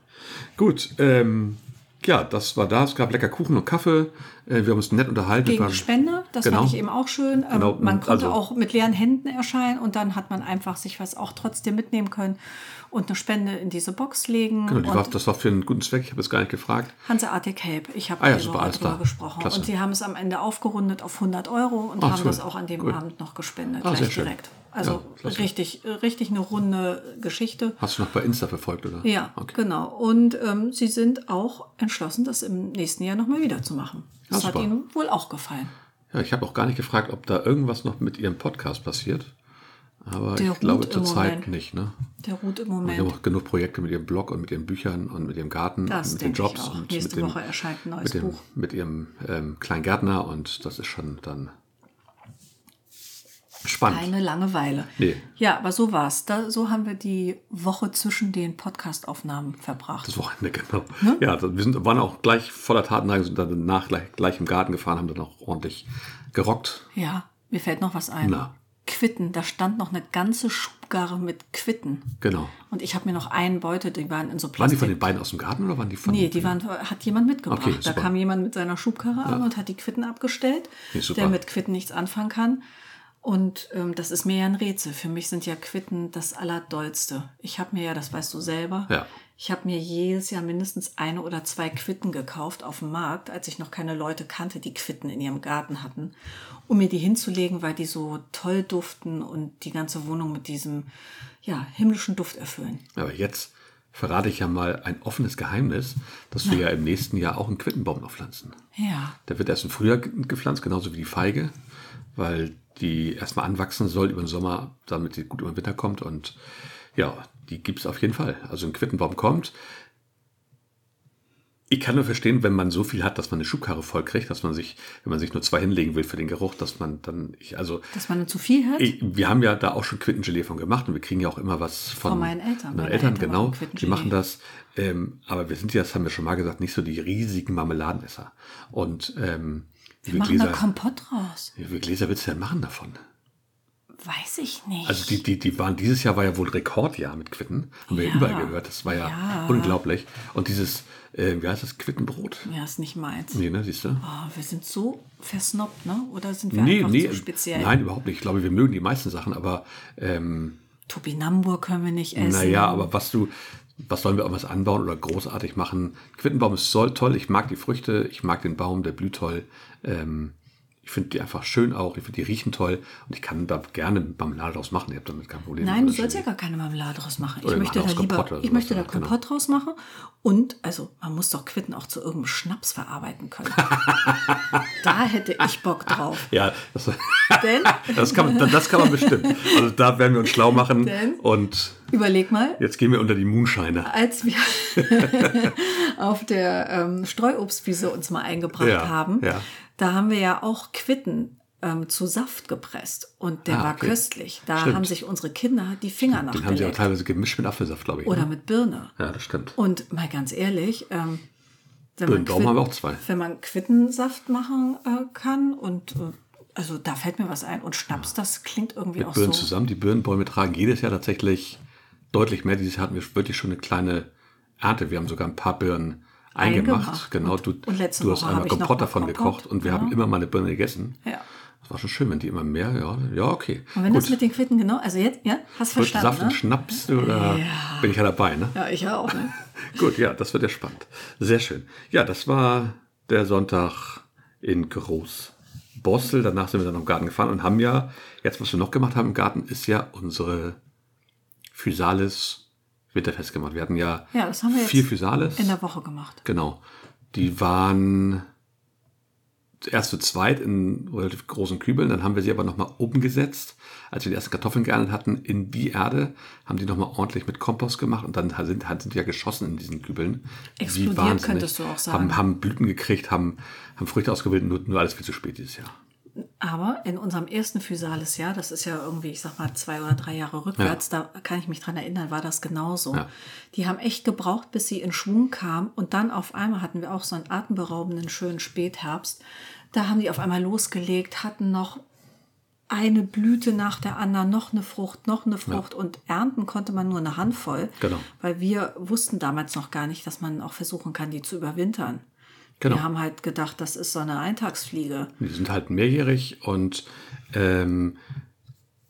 B: Gut, ähm, ja, das war da. Es gab lecker Kuchen und Kaffee. Äh, wir haben uns nett unterhalten. Wir
A: Gegen
B: waren-
A: Spende, das
B: Genau.
A: fand ich eben auch schön. Ähm,
B: Genau,
A: Man konnte
B: also-
A: auch mit leeren Händen erscheinen und dann hat man einfach sich was auch trotzdem mitnehmen können und eine Spende in diese Box legen.
B: Genau, die
A: und
B: war, das war für einen guten Zweck. Ich habe jetzt gar nicht gefragt.
A: Hanseatic Help. Ich habe
B: Ah ja,
A: mit denen
B: super,
A: auch
B: alles
A: drüber
B: klar.
A: gesprochen.
B: Klasse.
A: Und sie haben es am Ende aufgerundet auf 100 Euro und
B: Ah,
A: haben
B: toll.
A: das auch an dem
B: Cool.
A: Abend noch gespendet,
B: Ah, sehr
A: gleich
B: schön.
A: direkt. Also
B: Ja, klasse.
A: richtig, richtig eine runde Geschichte.
B: Hast du noch bei Insta verfolgt, oder?
A: Ja,
B: Okay.
A: genau. Und ähm, sie sind auch entschlossen, das im nächsten Jahr nochmal wieder zu machen. Das hat
B: super.
A: ihnen wohl auch gefallen.
B: Ja, ich habe auch gar nicht gefragt, ob da irgendwas noch mit ihrem Podcast passiert. Aber
A: Der
B: ich glaube
A: ruht im
B: zurzeit
A: Moment.
B: nicht, ne?
A: Der ruht im
B: Wir haben
A: Moment.
B: auch genug Projekte mit ihrem Blog und mit ihren Büchern und mit ihrem Garten
A: Das
B: und mit den
A: denke ich
B: Jobs
A: auch.
B: und
A: Nächste
B: mit dem,
A: Woche erscheint ein neues
B: mit dem,
A: Buch.
B: Mit ihrem ähm, kleinen Gärtner und das ist schon dann spannend.
A: Keine Langeweile.
B: Nee.
A: Ja, aber so war's. Da, so haben wir die Woche zwischen den Podcastaufnahmen verbracht.
B: Das Wochenende, genau.
A: Ne?
B: Ja, das- wir sind, waren auch gleich voller Tatendrang, sind dann danach gleich, gleich im Garten gefahren, haben dann auch ordentlich gerockt.
A: Ja, mir fällt noch was ein.
B: Na.
A: Quitten, da stand noch eine ganze Schubgarre mit Quitten.
B: Genau.
A: Und ich habe mir noch einen Beutel, die waren in so
B: Waren die
A: Plastik.
B: von den beiden aus dem Garten oder waren die von
A: Nee, die waren, hat jemand mitgebracht.
B: Okay,
A: da
B: super.
A: kam jemand mit seiner Schubkarre an und hat die Quitten abgestellt,
B: Nee, super.
A: der mit Quitten nichts anfangen kann. Und ähm, das ist mir ja ein Rätsel. Für mich sind ja Quitten das Allerdollste. Ich habe mir ja, das weißt du selber,
B: Ja.
A: ich habe mir jedes Jahr mindestens eine oder zwei Quitten gekauft auf dem Markt, als ich noch keine Leute kannte, die Quitten in ihrem Garten hatten, um mir die hinzulegen, weil die so toll duften und die ganze Wohnung mit diesem ja, himmlischen Duft erfüllen.
B: Aber jetzt verrate ich ja mal ein offenes Geheimnis, dass wir ja im nächsten Jahr auch einen Quittenbaum noch pflanzen.
A: Ja.
B: Der wird erst im Frühjahr ge- gepflanzt, genauso wie die Feige, weil die erstmal anwachsen soll über den Sommer, damit sie gut über den Winter kommt. Und Ja, die gibt es auf jeden Fall. Also ein Quittenbaum kommt. Ich kann nur verstehen, wenn man so viel hat, dass man eine Schubkarre voll kriegt, dass man sich, wenn man sich nur zwei hinlegen will für den Geruch, dass man dann, ich, also
A: Dass man zu viel hat?
B: ich, wir haben ja da auch schon Quittengelee von gemacht und wir kriegen ja auch immer was von,
A: Von meinen Eltern.
B: Meine
A: Meine
B: Eltern,
A: Eltern
B: genau.
A: machen
B: Die
A: Quittengelee.
B: machen das. Ähm, aber wir sind ja, das haben wir schon mal gesagt, nicht so die riesigen Marmeladenesser. Und ähm,
A: Wir machen da Kompott raus.
B: wie viele Gläser willst du denn machen davon?
A: Weiß ich nicht.
B: Also die, die, die waren, dieses Jahr war ja wohl Rekordjahr mit Quitten. Haben wir ja.
A: Ja.
B: überall gehört. Das war ja,
A: Ja.
B: unglaublich. Und dieses, äh, wie heißt das, Quittenbrot?
A: ja, ist nicht meins.
B: Nee, ne, siehst du?
A: Oh, wir sind so versnobbt, ne? Oder sind wir
B: Nee,
A: einfach
B: nee,
A: so speziell?
B: nein, überhaupt nicht. Ich glaube, wir mögen die meisten Sachen, aber ähm,
A: Topinambur können wir nicht essen.
B: naja, aber was du, was sollen wir irgendwas anbauen oder großartig machen? Quittenbaum ist so toll, ich mag die Früchte, ich mag den Baum, der blüht toll. Ähm, ich finde die einfach schön auch, ich finde die riechen toll und ich kann da gerne Marmelade draus machen, ich habe damit kein Problem.
A: Nein, du
B: Oder
A: sollst ja
B: schön-
A: gar keine Marmelade draus machen.
B: also Oder
A: ich
B: wir
A: möchte
B: machen
A: da
B: daraus
A: lieber,
B: Kompott oder
A: ich
B: sowas,
A: möchte
B: ja,
A: da
B: genau.
A: Kompott draus machen. Und, also, man muss doch Quitten auch zu irgendeinem Schnaps verarbeiten können. da hätte ich Bock drauf.
B: Ja, das,
A: Denn,
B: das, kann man, das kann man bestimmt. Also da werden wir uns schlau machen
A: Denn?
B: und
A: überleg mal,
B: jetzt gehen wir unter die Moonshiner.
A: als wir auf der ähm, Streuobstwiese uns mal eingebracht
B: Ja,
A: haben,
B: ja.
A: da haben wir ja auch Quitten ähm, zu Saft gepresst und der
B: Ah,
A: war
B: okay.
A: köstlich. Da
B: Stimmt.
A: haben sich unsere Kinder die Finger
B: Den haben sie auch
A: nachgelegt
B: teilweise gemischt mit Apfelsaft, glaube ich.
A: oder
B: ne?
A: mit Birne.
B: Ja, das stimmt.
A: Und mal ganz ehrlich, ähm, wenn, man
B: Birnbaum haben wir
A: Quitten,
B: auch zwei.
A: wenn man Quittensaft machen äh, kann und äh, also da fällt mir was ein und Schnaps, das klingt irgendwie
B: Mit
A: auch
B: Birnen
A: so.
B: zusammen. Die Birnenbäume tragen jedes Jahr tatsächlich deutlich mehr. Dieses Jahr hatten wir wirklich schon eine kleine Ernte. Wir haben sogar ein paar Birnen eingemacht.
A: Eingemacht.
B: Genau,
A: Und-
B: du,
A: und letzte
B: du hast
A: Woche
B: einmal
A: habe ich noch
B: Kompott
A: mal Genau.
B: davon
A: Kompott.
B: gekocht und wir haben
A: Ja.
B: immer mal eine Birne gegessen.
A: Ja.
B: Das war schon schön, wenn die immer mehr, ja, ja okay.
A: Und wenn das mit den Quitten genau, also jetzt, ja, hast
B: Wird Saft
A: verstanden,
B: und
A: ne?
B: Schnaps oder
A: Ja.
B: bin ich ja dabei, ne?
A: Ja, ich auch, ne?
B: Gut, ja, das wird ja spannend. Sehr schön. Ja, das war der Sonntag in Großbossel. Danach sind wir dann noch im Garten gefahren und haben ja, jetzt was wir noch gemacht haben im Garten, ist ja unsere Physalis winterfest gemacht. Wir hatten ja,
A: Ja, das haben wir jetzt
B: vier Physalis.
A: in der Woche gemacht.
B: Genau. Die waren erst zu zweit in relativ großen Kübeln, dann haben wir sie aber nochmal umgesetzt. Als wir die ersten Kartoffeln geerntet hatten, in die Erde, haben die nochmal ordentlich mit Kompost gemacht und dann sind, sind die ja geschossen in diesen Kübeln. Wie
A: Explodiert,
B: wahnsinnig.
A: könntest du auch sagen.
B: Haben, haben Blüten gekriegt, haben, haben Früchte ausgebildet, nur, nur alles viel zu spät dieses Jahr.
A: Aber in unserem ersten Physalis Jahr, das ist ja irgendwie, ich sag mal, zwei oder drei Jahre rückwärts, da kann ich mich dran erinnern, war das genauso.
B: Ja.
A: Die haben echt gebraucht, bis sie in Schwung kam und dann auf einmal hatten wir auch so einen atemberaubenden, schönen Spätherbst. Da haben die auf einmal losgelegt, hatten noch eine Blüte nach der anderen, noch eine Frucht, noch eine Frucht und ernten konnte man nur eine Handvoll,
B: Genau.
A: weil wir wussten damals noch gar nicht, dass man auch versuchen kann, die zu überwintern.
B: Genau.
A: Wir haben halt gedacht, das ist so eine Eintagsfliege.
B: Die sind halt mehrjährig und ähm,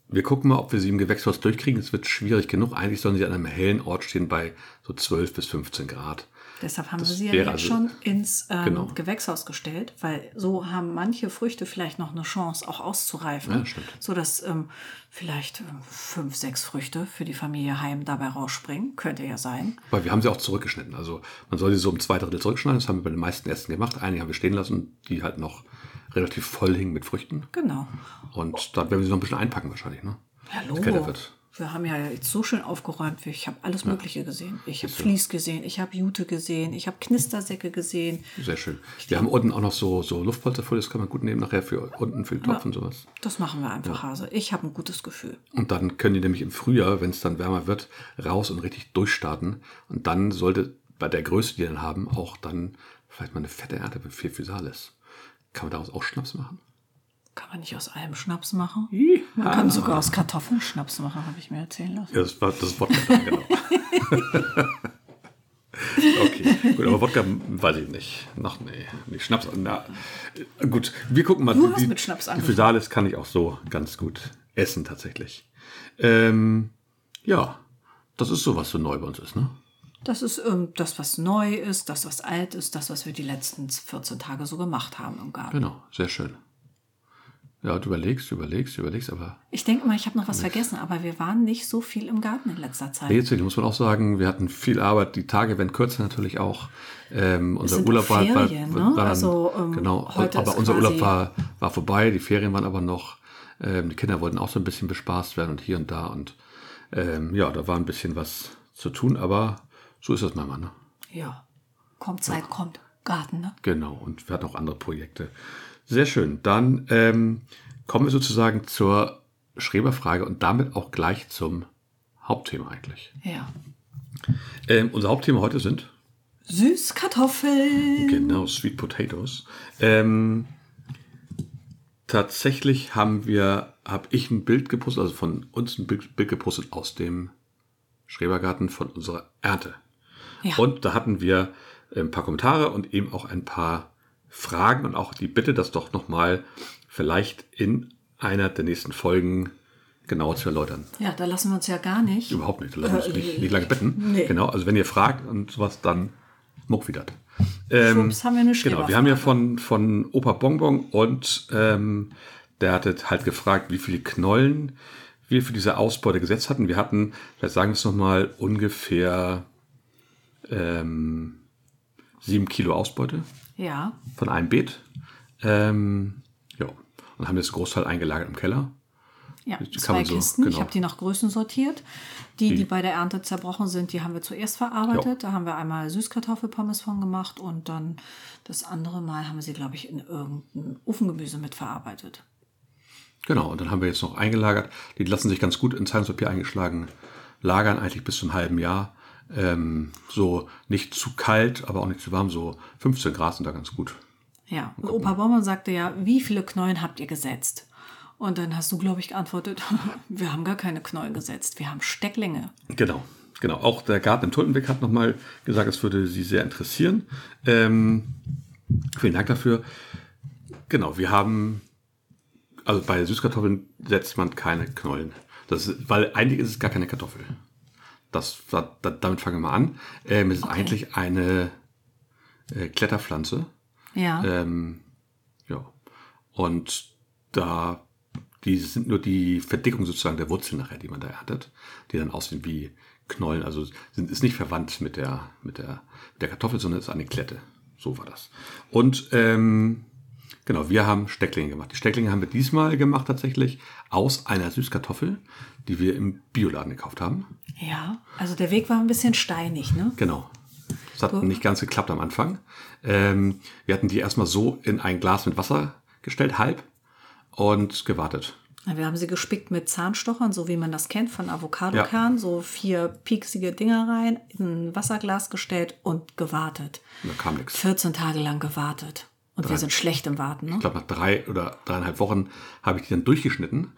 B: wir gucken mal, ob wir sie im Gewächshaus durchkriegen. Es wird schwierig genug. Eigentlich sollen sie an einem hellen Ort stehen bei so 12 bis 15 Grad.
A: Deshalb haben
B: Das
A: wir sie ja
B: wäre
A: jetzt
B: also-
A: schon ins ähm,
B: Genau.
A: Gewächshaus gestellt, weil so haben manche Früchte vielleicht noch eine Chance, auch auszureifen,
B: Ja, stimmt.
A: sodass ähm, vielleicht ähm, fünf, sechs Früchte für die Familie Heim dabei rausspringen. Könnte ja sein.
B: Weil wir haben sie auch zurückgeschnitten. Also man soll sie so um zwei Drittel zurückschneiden. Das haben wir bei den meisten Ästen gemacht. Einige haben wir stehen lassen, die halt noch relativ voll hingen mit Früchten.
A: Genau.
B: Und dann werden wir sie noch ein bisschen einpacken wahrscheinlich. Ne?
A: Hallo.
B: Wenn's kälter wird.
A: Wir haben ja jetzt so schön aufgeräumt. Ich habe alles Mögliche gesehen. Ich habe Vlies gesehen, ich habe Jute gesehen, ich habe Knistersäcke gesehen.
B: Sehr schön. Wir haben unten auch noch so, so Luftpolster voll. Das kann man gut nehmen nachher für unten für den Topf und sowas.
A: Das machen wir einfach, Hase. Ich habe ein gutes Gefühl.
B: Und dann können die nämlich im Frühjahr, wenn es dann wärmer wird, raus und richtig durchstarten. Und dann sollte bei der Größe, die die dann haben, auch dann vielleicht mal eine fette Ernte mit viel Physalis. Kann man daraus auch Schnaps machen?
A: Kann man nicht aus allem Schnaps machen? Man
B: Ah.
A: kann sogar aus Kartoffeln Schnaps machen, habe ich mir erzählen lassen.
B: Ja, das war das ist Wodka, dann, genau. okay, gut, aber Wodka weiß ich nicht. Noch nee, nicht Schnaps. Na, äh, gut, wir gucken mal.
A: Du hast mit Schnaps
B: die
A: angefangen.
B: Physalis kann ich auch so ganz gut essen tatsächlich. Ähm, ja, das ist so, was so neu bei uns ist, ne?
A: Das ist ähm, das, was neu ist, das, was alt ist, das, was wir die letzten 14 Tage so gemacht haben im Garten.
B: Genau, sehr schön. Ja, du überlegst, du überlegst, du überlegst, aber
A: Ich denke mal, ich habe noch was vergessen, aber wir waren nicht so viel im Garten in letzter Zeit.
B: nee, tatsächlich muss man auch sagen, wir hatten viel Arbeit, die Tage werden kürzer natürlich auch. Ähm, unser
A: sind
B: Urlaub war, war,
A: Ferien,
B: war
A: ne?
B: dann,
A: Also, ähm,
B: genau,
A: heute
B: aber
A: ist
B: unser
A: quasi-
B: Urlaub war, war vorbei, die Ferien waren aber noch, ähm, die Kinder wollten auch so ein bisschen bespaßt werden und hier und da und Ähm, ja, da war ein bisschen was zu tun, aber so ist das manchmal, ne?
A: Ja. Kommt Zeit, kommt. Garten, ne?
B: Genau, und wir hatten auch andere Projekte. Sehr schön. Dann ähm, kommen wir sozusagen zur Schreberfrage und damit auch gleich zum Hauptthema eigentlich.
A: Ja.
B: Ähm, unser Hauptthema heute sind
A: Süßkartoffeln.
B: Genau, Sweet Potatoes. Ähm, tatsächlich haben wir, habe ich ein Bild gepostet, also von uns ein Bild, Bild gepostet aus dem Schrebergarten von unserer Ernte.
A: Ja.
B: Und da hatten wir ein paar Kommentare und eben auch ein paar Fragen und auch die Bitte, das doch nochmal vielleicht in einer der nächsten Folgen genauer zu erläutern.
A: Ja, da lassen wir uns ja gar nicht.
B: Überhaupt nicht. Lass uns
A: Äh,
B: nicht, nicht lange betten.
A: nee.
B: Genau, also wenn ihr fragt und sowas, dann muck wieder. Ähm,
A: Schwupps, haben wir eine
B: Genau, wir haben ja von, von Opa Bonbon und ähm, der hatte halt gefragt, wie viele Knollen wir für diese Ausbeute gesetzt hatten. Wir hatten, vielleicht sagen wir es nochmal, ungefähr ähm, sieben Kilo Ausbeute
A: Ja,
B: von einem Beet. Ähm, ja, und haben jetzt einen Großteil eingelagert im Keller.
A: ja.
B: kann
A: zwei
B: man so,
A: Kisten. Ich
B: genau.
A: habe die nach Größen sortiert. Die, die, bei der Ernte zerbrochen sind, die haben wir zuerst verarbeitet. Da haben wir einmal Süßkartoffelpommes von gemacht und dann das andere Mal haben wir sie, glaube ich, in irgendein Ofengemüse mit verarbeitet.
B: Genau, und dann haben wir jetzt noch eingelagert. Die lassen sich ganz gut in Zeitungspapier eingeschlagen lagern, eigentlich bis zum halben Jahr. Ähm, so nicht zu kalt, aber auch nicht zu warm, so 15 Grad sind da ganz gut.
A: Ja, und Opa Baumann sagte ja, wie viele Knollen habt ihr gesetzt? Und dann hast du, glaube ich, geantwortet, wir haben gar keine Knollen gesetzt, wir haben Stecklinge.
B: Genau, genau. Auch der Garten im Tulpenweg hat nochmal gesagt, es würde sie sehr interessieren. Ähm, vielen Dank dafür. Genau, wir haben, also bei Süßkartoffeln setzt man keine Knollen. Das ist, weil eigentlich ist es gar keine Kartoffel. Das, da, da- damit fangen wir mal an. Ähm, es ist eigentlich eine äh, Kletterpflanze.
A: Ja,
B: Ähm, ja. Und da, die sind nur die Verdickung sozusagen der Wurzeln nachher, die man da erntet, die dann aussehen wie Knollen, also sind, ist nicht verwandt mit der, mit der, mit der Kartoffel, sondern ist eine Klette. So war das. Und, ähm, genau, wir haben Stecklinge gemacht. Die Stecklinge haben wir diesmal gemacht tatsächlich aus einer Süßkartoffel, die wir im Bioladen gekauft haben.
A: ja. Also der Weg war ein bisschen steinig, ne?
B: Genau. Es hat nicht ganz geklappt am Anfang. Ähm, wir hatten die erstmal so in ein Glas mit Wasser gestellt, halb, und gewartet.
A: Wir haben sie gespickt mit Zahnstochern, so wie man das kennt von Avocadokern. So vier pieksige Dinger rein, in ein Wasserglas gestellt und gewartet.
B: Und da kam nichts.
A: 14 Tage lang gewartet. Und wir sind schlecht im Warten, ne?
B: Ich glaube, nach drei oder dreieinhalb Wochen habe ich die dann durchgeschnitten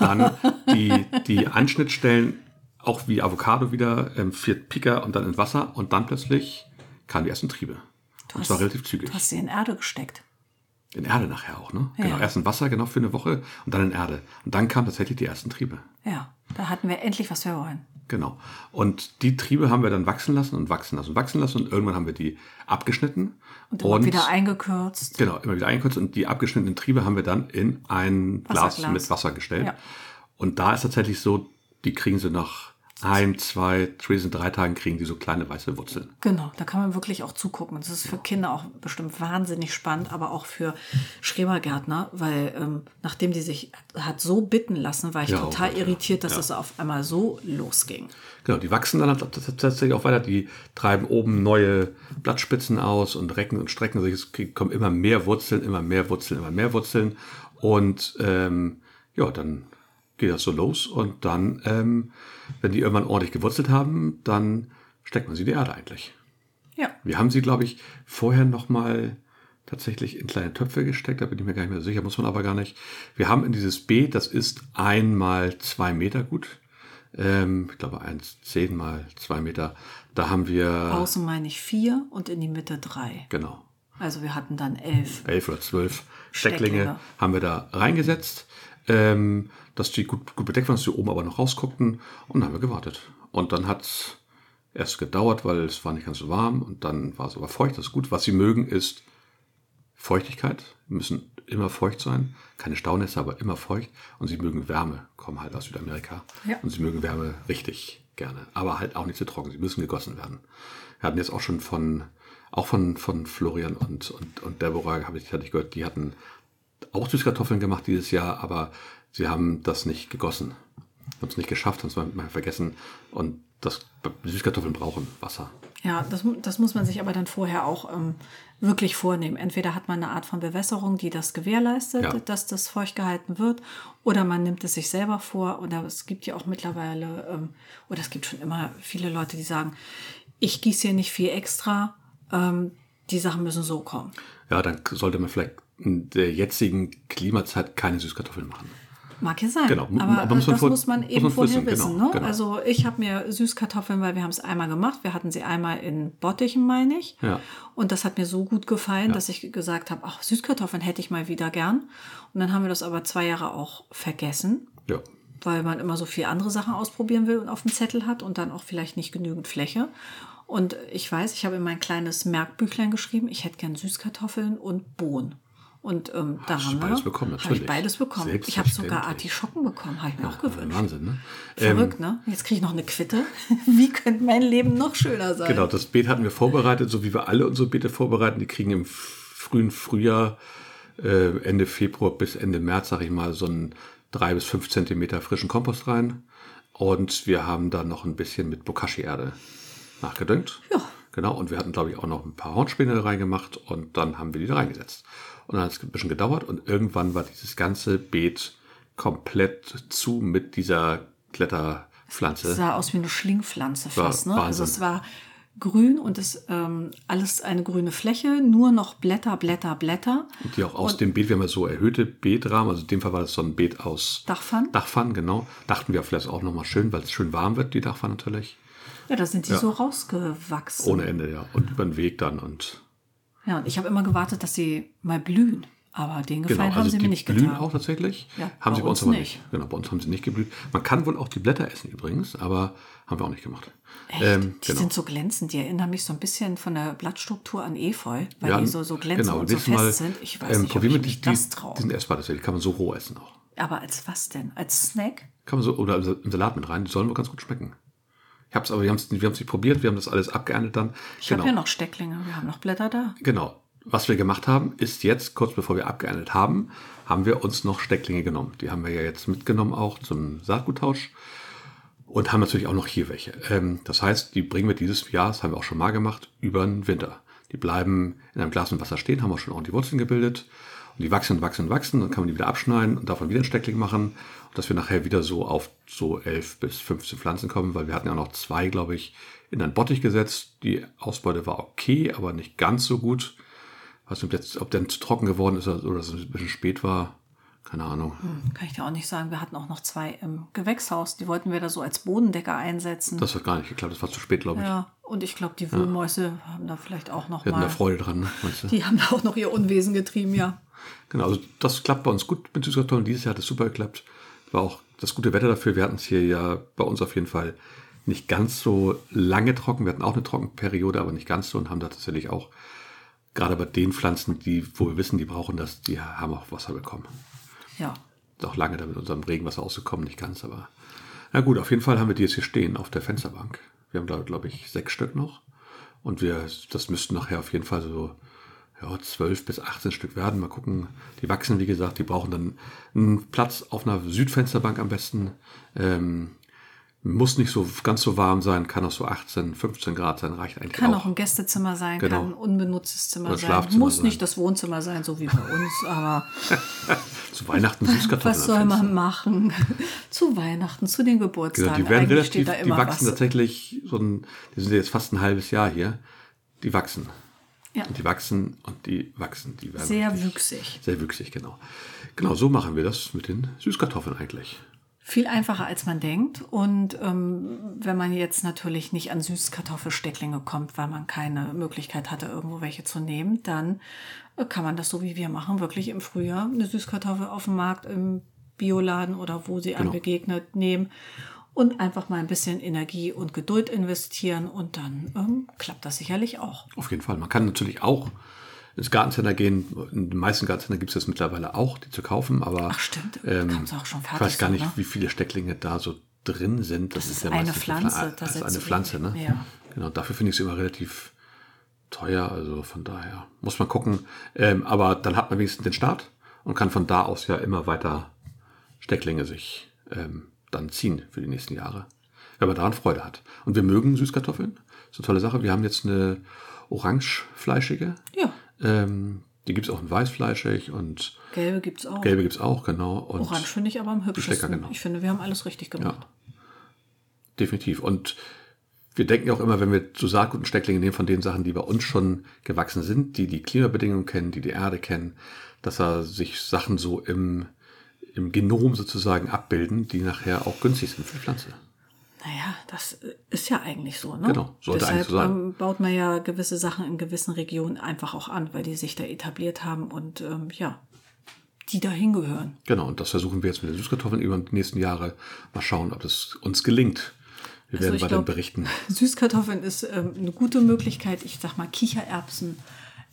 B: dann die, die Anschnittstellen, auch wie Avocado wieder, ähm, vier Piker und dann in Wasser und dann plötzlich kamen die ersten Triebe. und zwar
A: hast-
B: relativ zügig.
A: Du hast sie in Erde gesteckt.
B: In Erde nachher auch, ne?
A: Ja.
B: Genau, erst in Wasser, genau für eine Woche und dann in Erde. Und dann kamen tatsächlich die ersten Triebe.
A: Ja, da hatten wir endlich, was wir wollen.
B: Genau. Und die Triebe haben wir dann wachsen lassen und wachsen lassen und wachsen lassen und irgendwann haben wir die abgeschnitten.
A: Und dann wieder eingekürzt.
B: Genau, immer wieder eingekürzt und die abgeschnittenen Triebe haben wir dann in ein Glas
A: Wasserglas.
B: mit Wasser gestellt.
A: Ja.
B: Und da ist tatsächlich so, die kriegen sie nach ein, zwei, spätestens drei Tagen kriegen die so kleine weiße Wurzeln.
A: Genau, da kann man wirklich auch zugucken. Das ist für Kinder auch bestimmt wahnsinnig spannend, aber auch für Schrebergärtner, weil ähm, nachdem die sich hat so bitten lassen, war ich
B: Ja, oh
A: total
B: Gott, ja.
A: irritiert, dass
B: Ja.
A: es auf einmal so losging.
B: Genau, die wachsen dann tats- tats- tatsächlich auch weiter. Die treiben oben neue Blattspitzen aus und recken und strecken sich. Es krieg- kommen immer mehr Wurzeln, immer mehr Wurzeln, immer mehr Wurzeln. Und ähm, ja, dann geht das so los. Und dann, ähm, wenn die irgendwann ordentlich gewurzelt haben, dann steckt man sie in die Erde eigentlich.
A: Ja,
B: Wir haben sie, glaube ich, vorher nochmal tatsächlich in kleine Töpfe gesteckt. Da bin ich mir gar nicht mehr sicher, muss man aber gar nicht. Wir haben in dieses Beet, das ist einmal zwei Meter gut. Ähm, ich glaube, eins, zehn mal zwei Meter. Da haben wir,
A: außen meine ich vier und in die Mitte drei.
B: genau,
A: Also wir hatten dann elf.
B: elf oder zwölf Stecklinge
A: Stecklinge.
B: haben wir da reingesetzt, ähm, dass die gut, gut bedeckt waren, dass die oben aber noch rausguckten und dann haben wir gewartet. Und dann hat es erst gedauert, weil es war nicht ganz so warm und dann war es aber feucht, das ist gut. Was sie mögen ist Feuchtigkeit, müssen immer feucht sein, keine Staunässe, aber immer feucht und sie mögen Wärme, kommen halt aus Südamerika
A: Ja.
B: und sie mögen Wärme richtig gerne, aber halt auch nicht zu trocken, sie müssen gegossen werden. Wir hatten jetzt auch schon von, auch von, von Florian und, und, und Deborah, habe ich, hatte ich gehört, die hatten auch Süßkartoffeln gemacht dieses Jahr, aber sie haben das nicht gegossen. habe es nicht geschafft, sonst mal vergessen. Und das, Süßkartoffeln brauchen Wasser.
A: Ja, das, das muss man sich aber dann vorher auch ähm, wirklich vornehmen. Entweder hat man eine Art von Bewässerung, die das gewährleistet,
B: Ja.
A: dass das feucht gehalten wird, oder man nimmt es sich selber vor. Oder es gibt ja auch mittlerweile, ähm, oder es gibt schon immer viele Leute, die sagen, ich gieße hier nicht viel extra, ähm, die Sachen müssen so kommen.
B: Ja, dann sollte man vielleicht in der jetzigen Klimazeit keine Süßkartoffeln machen.
A: Mag ja sein.
B: Genau, mu-
A: Aber,
B: aber muss man
A: das
B: vor-
A: muss man
B: muss
A: eben
B: man
A: vorher
B: wissen,
A: wissen.
B: genau,
A: ne?
B: genau.
A: Also ich habe mir Süßkartoffeln, weil wir haben es einmal gemacht. Wir hatten sie einmal in Bottichen, meine ich.
B: Ja.
A: Und das hat mir so gut gefallen, dass ich gesagt habe, ach, Süßkartoffeln hätte ich mal wieder gern. Und dann haben wir das aber zwei Jahre auch vergessen,
B: Ja,
A: weil man immer so viel andere Sachen ausprobieren will und auf dem Zettel hat und dann auch vielleicht nicht genügend Fläche. Und ich weiß, ich habe in mein kleines Merkbüchlein geschrieben, ich hätte gern Süßkartoffeln und Bohnen. Und ähm, da
B: Hast du
A: haben wir
B: beides bekommen,
A: habe ich
B: natürlich.
A: beides bekommen. Ich habe sogar
B: Selbstverständlich.
A: Artischocken bekommen, habe ich mir auch gewünscht.
B: Wahnsinn, ne?
A: Verrückt, ne? Jetzt kriege ich noch eine Quitte. Wie könnte mein Leben noch schöner sein?
B: Genau, das Beet hatten wir vorbereitet, so wie wir alle unsere Beete vorbereiten. Die kriegen im frühen Frühjahr, äh, Ende Februar bis Ende März, sag ich mal, so einen 3 bis 5 Zentimeter frischen Kompost rein. Und wir haben da noch ein bisschen mit Bokashi-Erde nachgedüngt. Ja. Genau, und wir hatten, glaube ich, auch noch ein paar Hornspäne reingemacht und dann haben wir die da reingesetzt. Und dann hat es ein bisschen gedauert und irgendwann war dieses ganze Beet komplett zu mit dieser Kletterpflanze.
A: Es sah aus wie eine Schlingpflanze
B: War
A: fast. Ne? Also
B: Wahnsinn.
A: es war grün und es ähm, alles eine grüne Fläche, nur noch Blätter, Blätter, Blätter.
B: Die auch aus dem Beet, wir haben ja so erhöhte Beetrahmen, also in dem Fall war das so ein Beet aus
A: Dachpfannen?
B: Dachpfannen, genau. Dachten wir vielleicht auch nochmal schön, weil es schön warm wird, die Dachpfanne natürlich.
A: Ja, da sind die so rausgewachsen.
B: Ohne Ende, ja. Und über den Weg dann und
A: Ja, und ich habe immer gewartet, dass sie mal blühen. Aber den Gefallen haben sie
B: Genau, also die
A: mir nicht
B: blühen
A: getan.
B: auch tatsächlich.
A: Ja,
B: haben sie
A: bei
B: bei uns,
A: uns
B: aber nicht. Genau, bei uns haben sie nicht geblüht. Man kann wohl auch die Blätter essen übrigens, aber haben wir auch nicht gemacht. Ähm, genau.
A: Echt? die sind so glänzend. Die erinnern mich so ein bisschen von der Blattstruktur an Efeu, weil
B: Ja,
A: die so, so glänzend
B: genau,
A: und so
B: nächstes
A: fest
B: Mal,
A: sind. Ich weiß
B: ähm,
A: nicht, ob
B: probieren
A: ich
B: wir
A: mich
B: die,
A: das
B: Die
A: traue.
B: sind essbar tatsächlich, kann man so roh essen auch.
A: Aber als was denn? Als Snack?
B: Kann man so, oder im Salat mit rein, die sollen wohl ganz gut schmecken. Ich hab's aber, wir haben es wir haben's nicht probiert, wir haben das alles abgeerntet dann.
A: Ich habe ja noch Stecklinge, wir haben noch Blätter da.
B: Genau. Was wir gemacht haben, ist jetzt, kurz bevor wir abgeerntet haben, haben wir uns noch Stecklinge genommen. Die haben wir ja jetzt mitgenommen auch zum Saatguttausch und haben natürlich auch noch hier welche. Ähm, das heißt, die bringen wir dieses Jahr, das haben wir auch schon mal gemacht, über den Winter. Die bleiben in einem Glas mit Wasser stehen, haben auch schon ordentlich Wurzeln gebildet. Und die wachsen und wachsen und wachsen, dann kann man die wieder abschneiden und davon wieder einen Steckling machen. Und dass wir nachher wieder so auf so 11 bis 15 Pflanzen kommen, weil wir hatten ja noch zwei, glaube ich, in einen Bottich gesetzt. Die Ausbeute war okay, aber nicht ganz so gut. Weiß nicht, ob, jetzt, ob der zu trocken geworden ist oder so ein bisschen spät war. Keine Ahnung.
A: Kann ich dir auch nicht sagen. Wir hatten auch noch zwei im Gewächshaus. Die wollten wir da so als Bodendecker einsetzen.
B: Das hat gar nicht geklappt, das war zu spät, glaube ich.
A: ja, und ich glaube, die Wühlmäuse haben da vielleicht auch noch
B: Wir hatten da
A: mal.
B: Freude dran, ne? meinst du?
A: Die haben da auch noch ihr Unwesen getrieben, ja.
B: Genau, also das klappt bei uns gut mit Süßkartoffeln. Dieses Jahr hat es super geklappt. War auch das gute Wetter dafür. Wir hatten es hier ja bei uns auf jeden Fall nicht ganz so lange trocken. Wir hatten auch eine Trockenperiode, aber nicht ganz so und haben da tatsächlich auch gerade bei den Pflanzen, die, wo wir wissen, die brauchen das, die haben auch Wasser bekommen.
A: Ja.
B: Ist auch lange da mit unserem Regenwasser ausgekommen, nicht ganz, aber na gut, auf jeden Fall haben wir die jetzt hier stehen auf der Fensterbank. Wir haben da, glaube ich, sechs Stück noch. Und wir, das müssten nachher auf jeden Fall so ja, 12 bis 18 Stück werden. Mal gucken. Die wachsen, wie gesagt, die brauchen dann einen Platz auf einer Südfensterbank am besten. Ähm, muss nicht so ganz so warm sein, kann auch so 18, 15 Grad sein, reicht eigentlich
A: Kann
B: auch.
A: auch ein Gästezimmer sein,
B: Genau.
A: kann ein unbenutztes Zimmer
B: Oder
A: sein.
B: Schlafzimmer
A: Muss
B: sein.
A: nicht das Wohnzimmer sein, so wie bei uns, aber
B: Zu Weihnachten Süßkartoffeln.
A: was
B: am
A: soll
B: Fenster.
A: man machen? Zu Weihnachten, zu den
B: Genau,
A: Geburtstagen.
B: die
A: ne,
B: werden
A: Eigentlich
B: relativ,
A: steht da
B: die
A: immer
B: wachsen
A: was.
B: tatsächlich so ein, die sind jetzt fast ein halbes Jahr hier. Die wachsen.
A: Ja.
B: Und die wachsen und die wachsen. Die werden
A: Sehr
B: richtig-
A: wüchsig.
B: Sehr wüchsig, genau. Genau, so machen wir das mit den Süßkartoffeln eigentlich.
A: Viel einfacher, als man denkt. Und ähm, wenn man jetzt natürlich nicht an Süßkartoffelstecklinge kommt, weil man keine Möglichkeit hatte, irgendwo welche zu nehmen, dann äh, kann man das so wie wir machen, wirklich im Frühjahr eine Süßkartoffel auf dem Markt, im Bioladen oder wo sie einem
B: Genau.
A: begegnet, nehmen und einfach mal ein bisschen Energie und Geduld investieren und dann ähm, klappt das sicherlich auch.
B: Auf jeden Fall. Man kann natürlich auch ins Gartencenter gehen. In den meisten Gartencenter gibt es das mittlerweile auch, die zu kaufen. Aber
A: Ach, stimmt.
B: Ähm,
A: Kam's auch schon
B: ich weiß
A: fertig
B: gar
A: so,
B: nicht,
A: ne?
B: wie viele Stecklinge da so drin sind. Das,
A: ist eine
B: meistens
A: Pflanze,
B: Pfla-
A: da
B: Das ist
A: setzt
B: eine
A: du
B: Pflanze, ne?
A: wenig mehr.
B: Genau, dafür finde ich es immer relativ teuer. Also von daher muss man gucken. Ähm, aber dann hat man wenigstens den Start und kann von da aus ja immer weiter Stecklinge sich ähm, dann ziehen für die nächsten Jahre. Wenn man daran Freude hat. Und wir mögen Süßkartoffeln. ist eine tolle Sache. Wir haben jetzt eine orangefleischige.
A: Ja.
B: Ähm, die gibt es auch in weißfleischig und
A: Gelbe gibt es auch.
B: gelbe gibt es auch, genau. Und
A: Orange finde ich aber am hübschesten.
B: Stecker, genau.
A: Ich finde, wir haben alles richtig gemacht.
B: Definitiv. Und wir denken ja auch immer, wenn wir zu Saatgut und Stecklinge nehmen, von den Sachen, die bei uns schon gewachsen sind, die die Klimabedingungen kennen, die die Erde kennen, dass da sich Sachen so im, im Genom sozusagen abbilden, die nachher auch günstig sind für die Pflanze.
A: Naja, das äh, ist ja eigentlich so, ne?
B: Genau, sollte
A: Deshalb
B: eigentlich so sein.
A: Ähm, baut man ja gewisse Sachen in gewissen Regionen einfach auch an, weil die sich da etabliert haben und ähm, ja, die da hingehören.
B: Genau, und das versuchen wir jetzt mit den Süßkartoffeln über die nächsten Jahre. Mal schauen, ob das uns gelingt. Wir
A: Also
B: werden
A: ich
B: bei
A: glaub-
B: den Berichten.
A: Süßkartoffeln ist ähm, eine gute Möglichkeit. Ich sag mal, Kichererbsen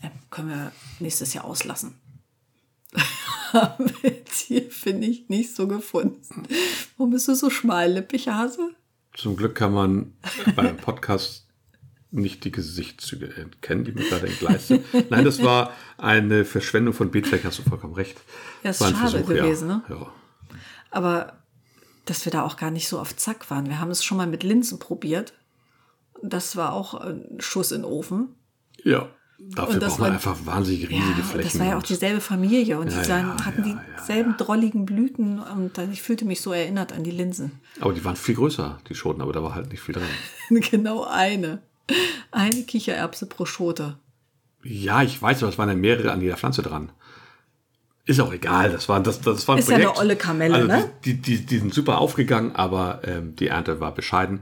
A: ähm, können wir nächstes Jahr auslassen. Haben wir die, finde ich, nicht so gefunden. Warum bist du so schmallippig, Hase?
B: Zum Glück kann man beim Podcast nicht die Gesichtszüge erkennen, die mir gerade entgleist sind. Nein, das war eine Verschwendung von Bildflächen, hast du vollkommen recht.
A: Ja, ist
B: War ein
A: schade gewesen,
B: ja.
A: ne?
B: Ja.
A: Aber dass wir da auch gar nicht so auf Zack waren. Wir haben es schon mal mit Linsen probiert. Das war auch ein Schuss in den Ofen.
B: Ja, dafür
A: Und das
B: braucht man
A: war-
B: einfach wahnsinnig
A: Ja,
B: riesige
A: und
B: Flächen.
A: das war ja auch
B: und-
A: dieselbe Familie und
B: Ja,
A: die sahen,
B: ja,
A: hatten
B: ja, ja,
A: dieselben drolligen Blüten und dann, ich fühlte mich so erinnert an die Linsen.
B: aber die waren viel größer, die Schoten, aber da war halt nicht viel drin.
A: genau eine. Eine Kichererbse pro Schote.
B: Ja, ich weiß, aber es waren ja mehrere an jeder Pflanze dran. Ist auch egal, das war, das, das war ein
A: Ist ja
B: Projekt.
A: eine olle Kamelle,
B: also,
A: ne?
B: Die, die, die sind super aufgegangen, aber ähm, die Ernte war bescheiden.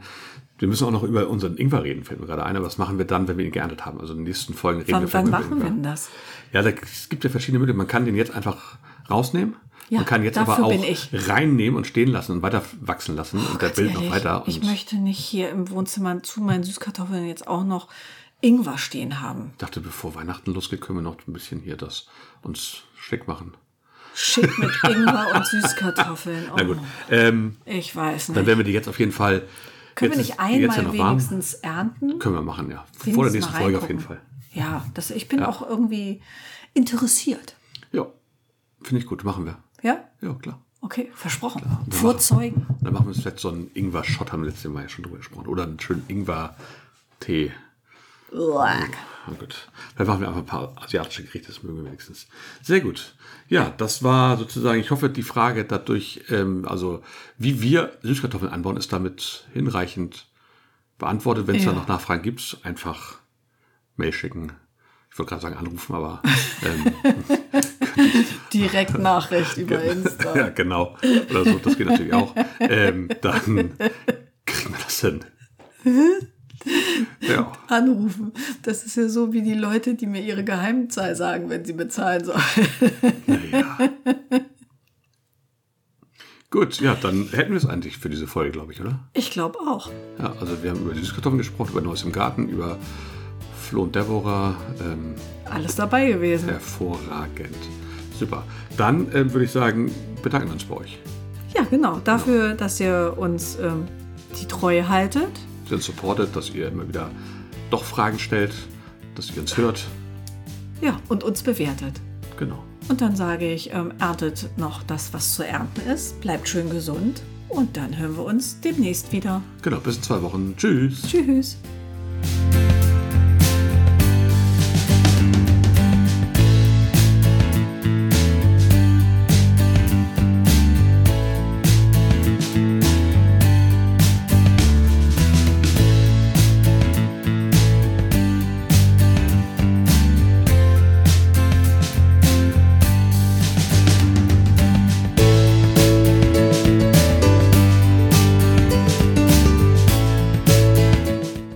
B: Wir müssen auch noch über unseren Ingwer reden, fällt mir gerade ein. Aber was machen wir dann, wenn wir ihn geerntet haben? Also in den nächsten Folgen reden wir
A: Wann, wann
B: vielleicht über
A: machen wir denn
B: Ingwer.
A: das?
B: Ja, da, es gibt ja verschiedene Möglichkeiten. Man kann den jetzt einfach rausnehmen.
A: Ja,
B: man kann jetzt aber
A: dafür
B: auch
A: bin ich.
B: reinnehmen und stehen lassen und weiter wachsen lassen und der
A: Ganz
B: bildet noch
A: ehrlich,
B: weiter.
A: Ich
B: Und
A: möchte nicht hier im Wohnzimmer zu meinen Süßkartoffeln jetzt auch noch Ingwer stehen haben.
B: dachte, bevor Weihnachten losgeht, können wir noch ein bisschen hier das uns schick machen.
A: Schick mit Ingwer und Süßkartoffeln. Oh,
B: Na gut. Ähm,
A: Ich weiß
B: dann
A: nicht.
B: werden wir die jetzt auf jeden Fall.
A: Können wir
B: jetzt
A: nicht
B: ist- jetzt
A: einmal
B: ja noch warm.
A: wenigstens ernten?
B: Können wir machen, ja. Vor
A: Wenigstens
B: der nächsten
A: mal
B: Folge auf jeden Fall.
A: reingucken. Ja, das, ich bin auch irgendwie interessiert.
B: Ja, finde ich gut, machen wir.
A: Ja?
B: Ja, klar.
A: Okay, versprochen. Vorzeugen.
B: Dann machen wir uns vielleicht so einen Ingwer-Shot, haben wir letztes Mal ja schon drüber gesprochen. Oder einen schönen Ingwer-Tee.
A: Uah.
B: Na gut. Dann Oh machen wir einfach ein paar asiatische Gerichte, das mögen wir wenigstens. Sehr gut. Ja, das war sozusagen, ich hoffe, die Frage dadurch, ähm, also wie wir Süßkartoffeln anbauen, ist damit hinreichend beantwortet. Wenn es
A: Ja.
B: da noch Nachfragen gibt, einfach Mail schicken. Ich wollte gerade sagen anrufen, aber ähm,
A: Direkt Nachricht über Insta.
B: ja, genau. Oder so, das geht natürlich auch. Ähm, dann kriegen wir das hin. Ja.
A: anrufen. Das ist ja so wie die Leute, die mir ihre Geheimzahl sagen, wenn sie bezahlen sollen.
B: Naja. Gut, ja, dann hätten wir es eigentlich für diese Folge, glaube ich, oder?
A: Ich glaube auch.
B: Ja, also wir haben über Süßkartoffeln gesprochen, über Neues im Garten, über Flo und Deborah. Ähm,
A: Alles dabei gewesen.
B: hervorragend. Super. Dann ähm, würde ich sagen, bedanken wir uns bei euch.
A: Ja, genau. Dafür, dass ihr uns ähm, die Treue haltet.
B: Dass ihr uns supportet, dass ihr immer wieder doch Fragen stellt, dass ihr uns hört.
A: Ja, und uns bewertet.
B: Genau.
A: Und dann sage ich, ähm, erntet noch das, was zu ernten ist. Bleibt schön gesund. Und dann hören wir uns demnächst wieder.
B: Genau, bis in zwei Wochen. Tschüss.
A: Tschüss.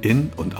B: In- und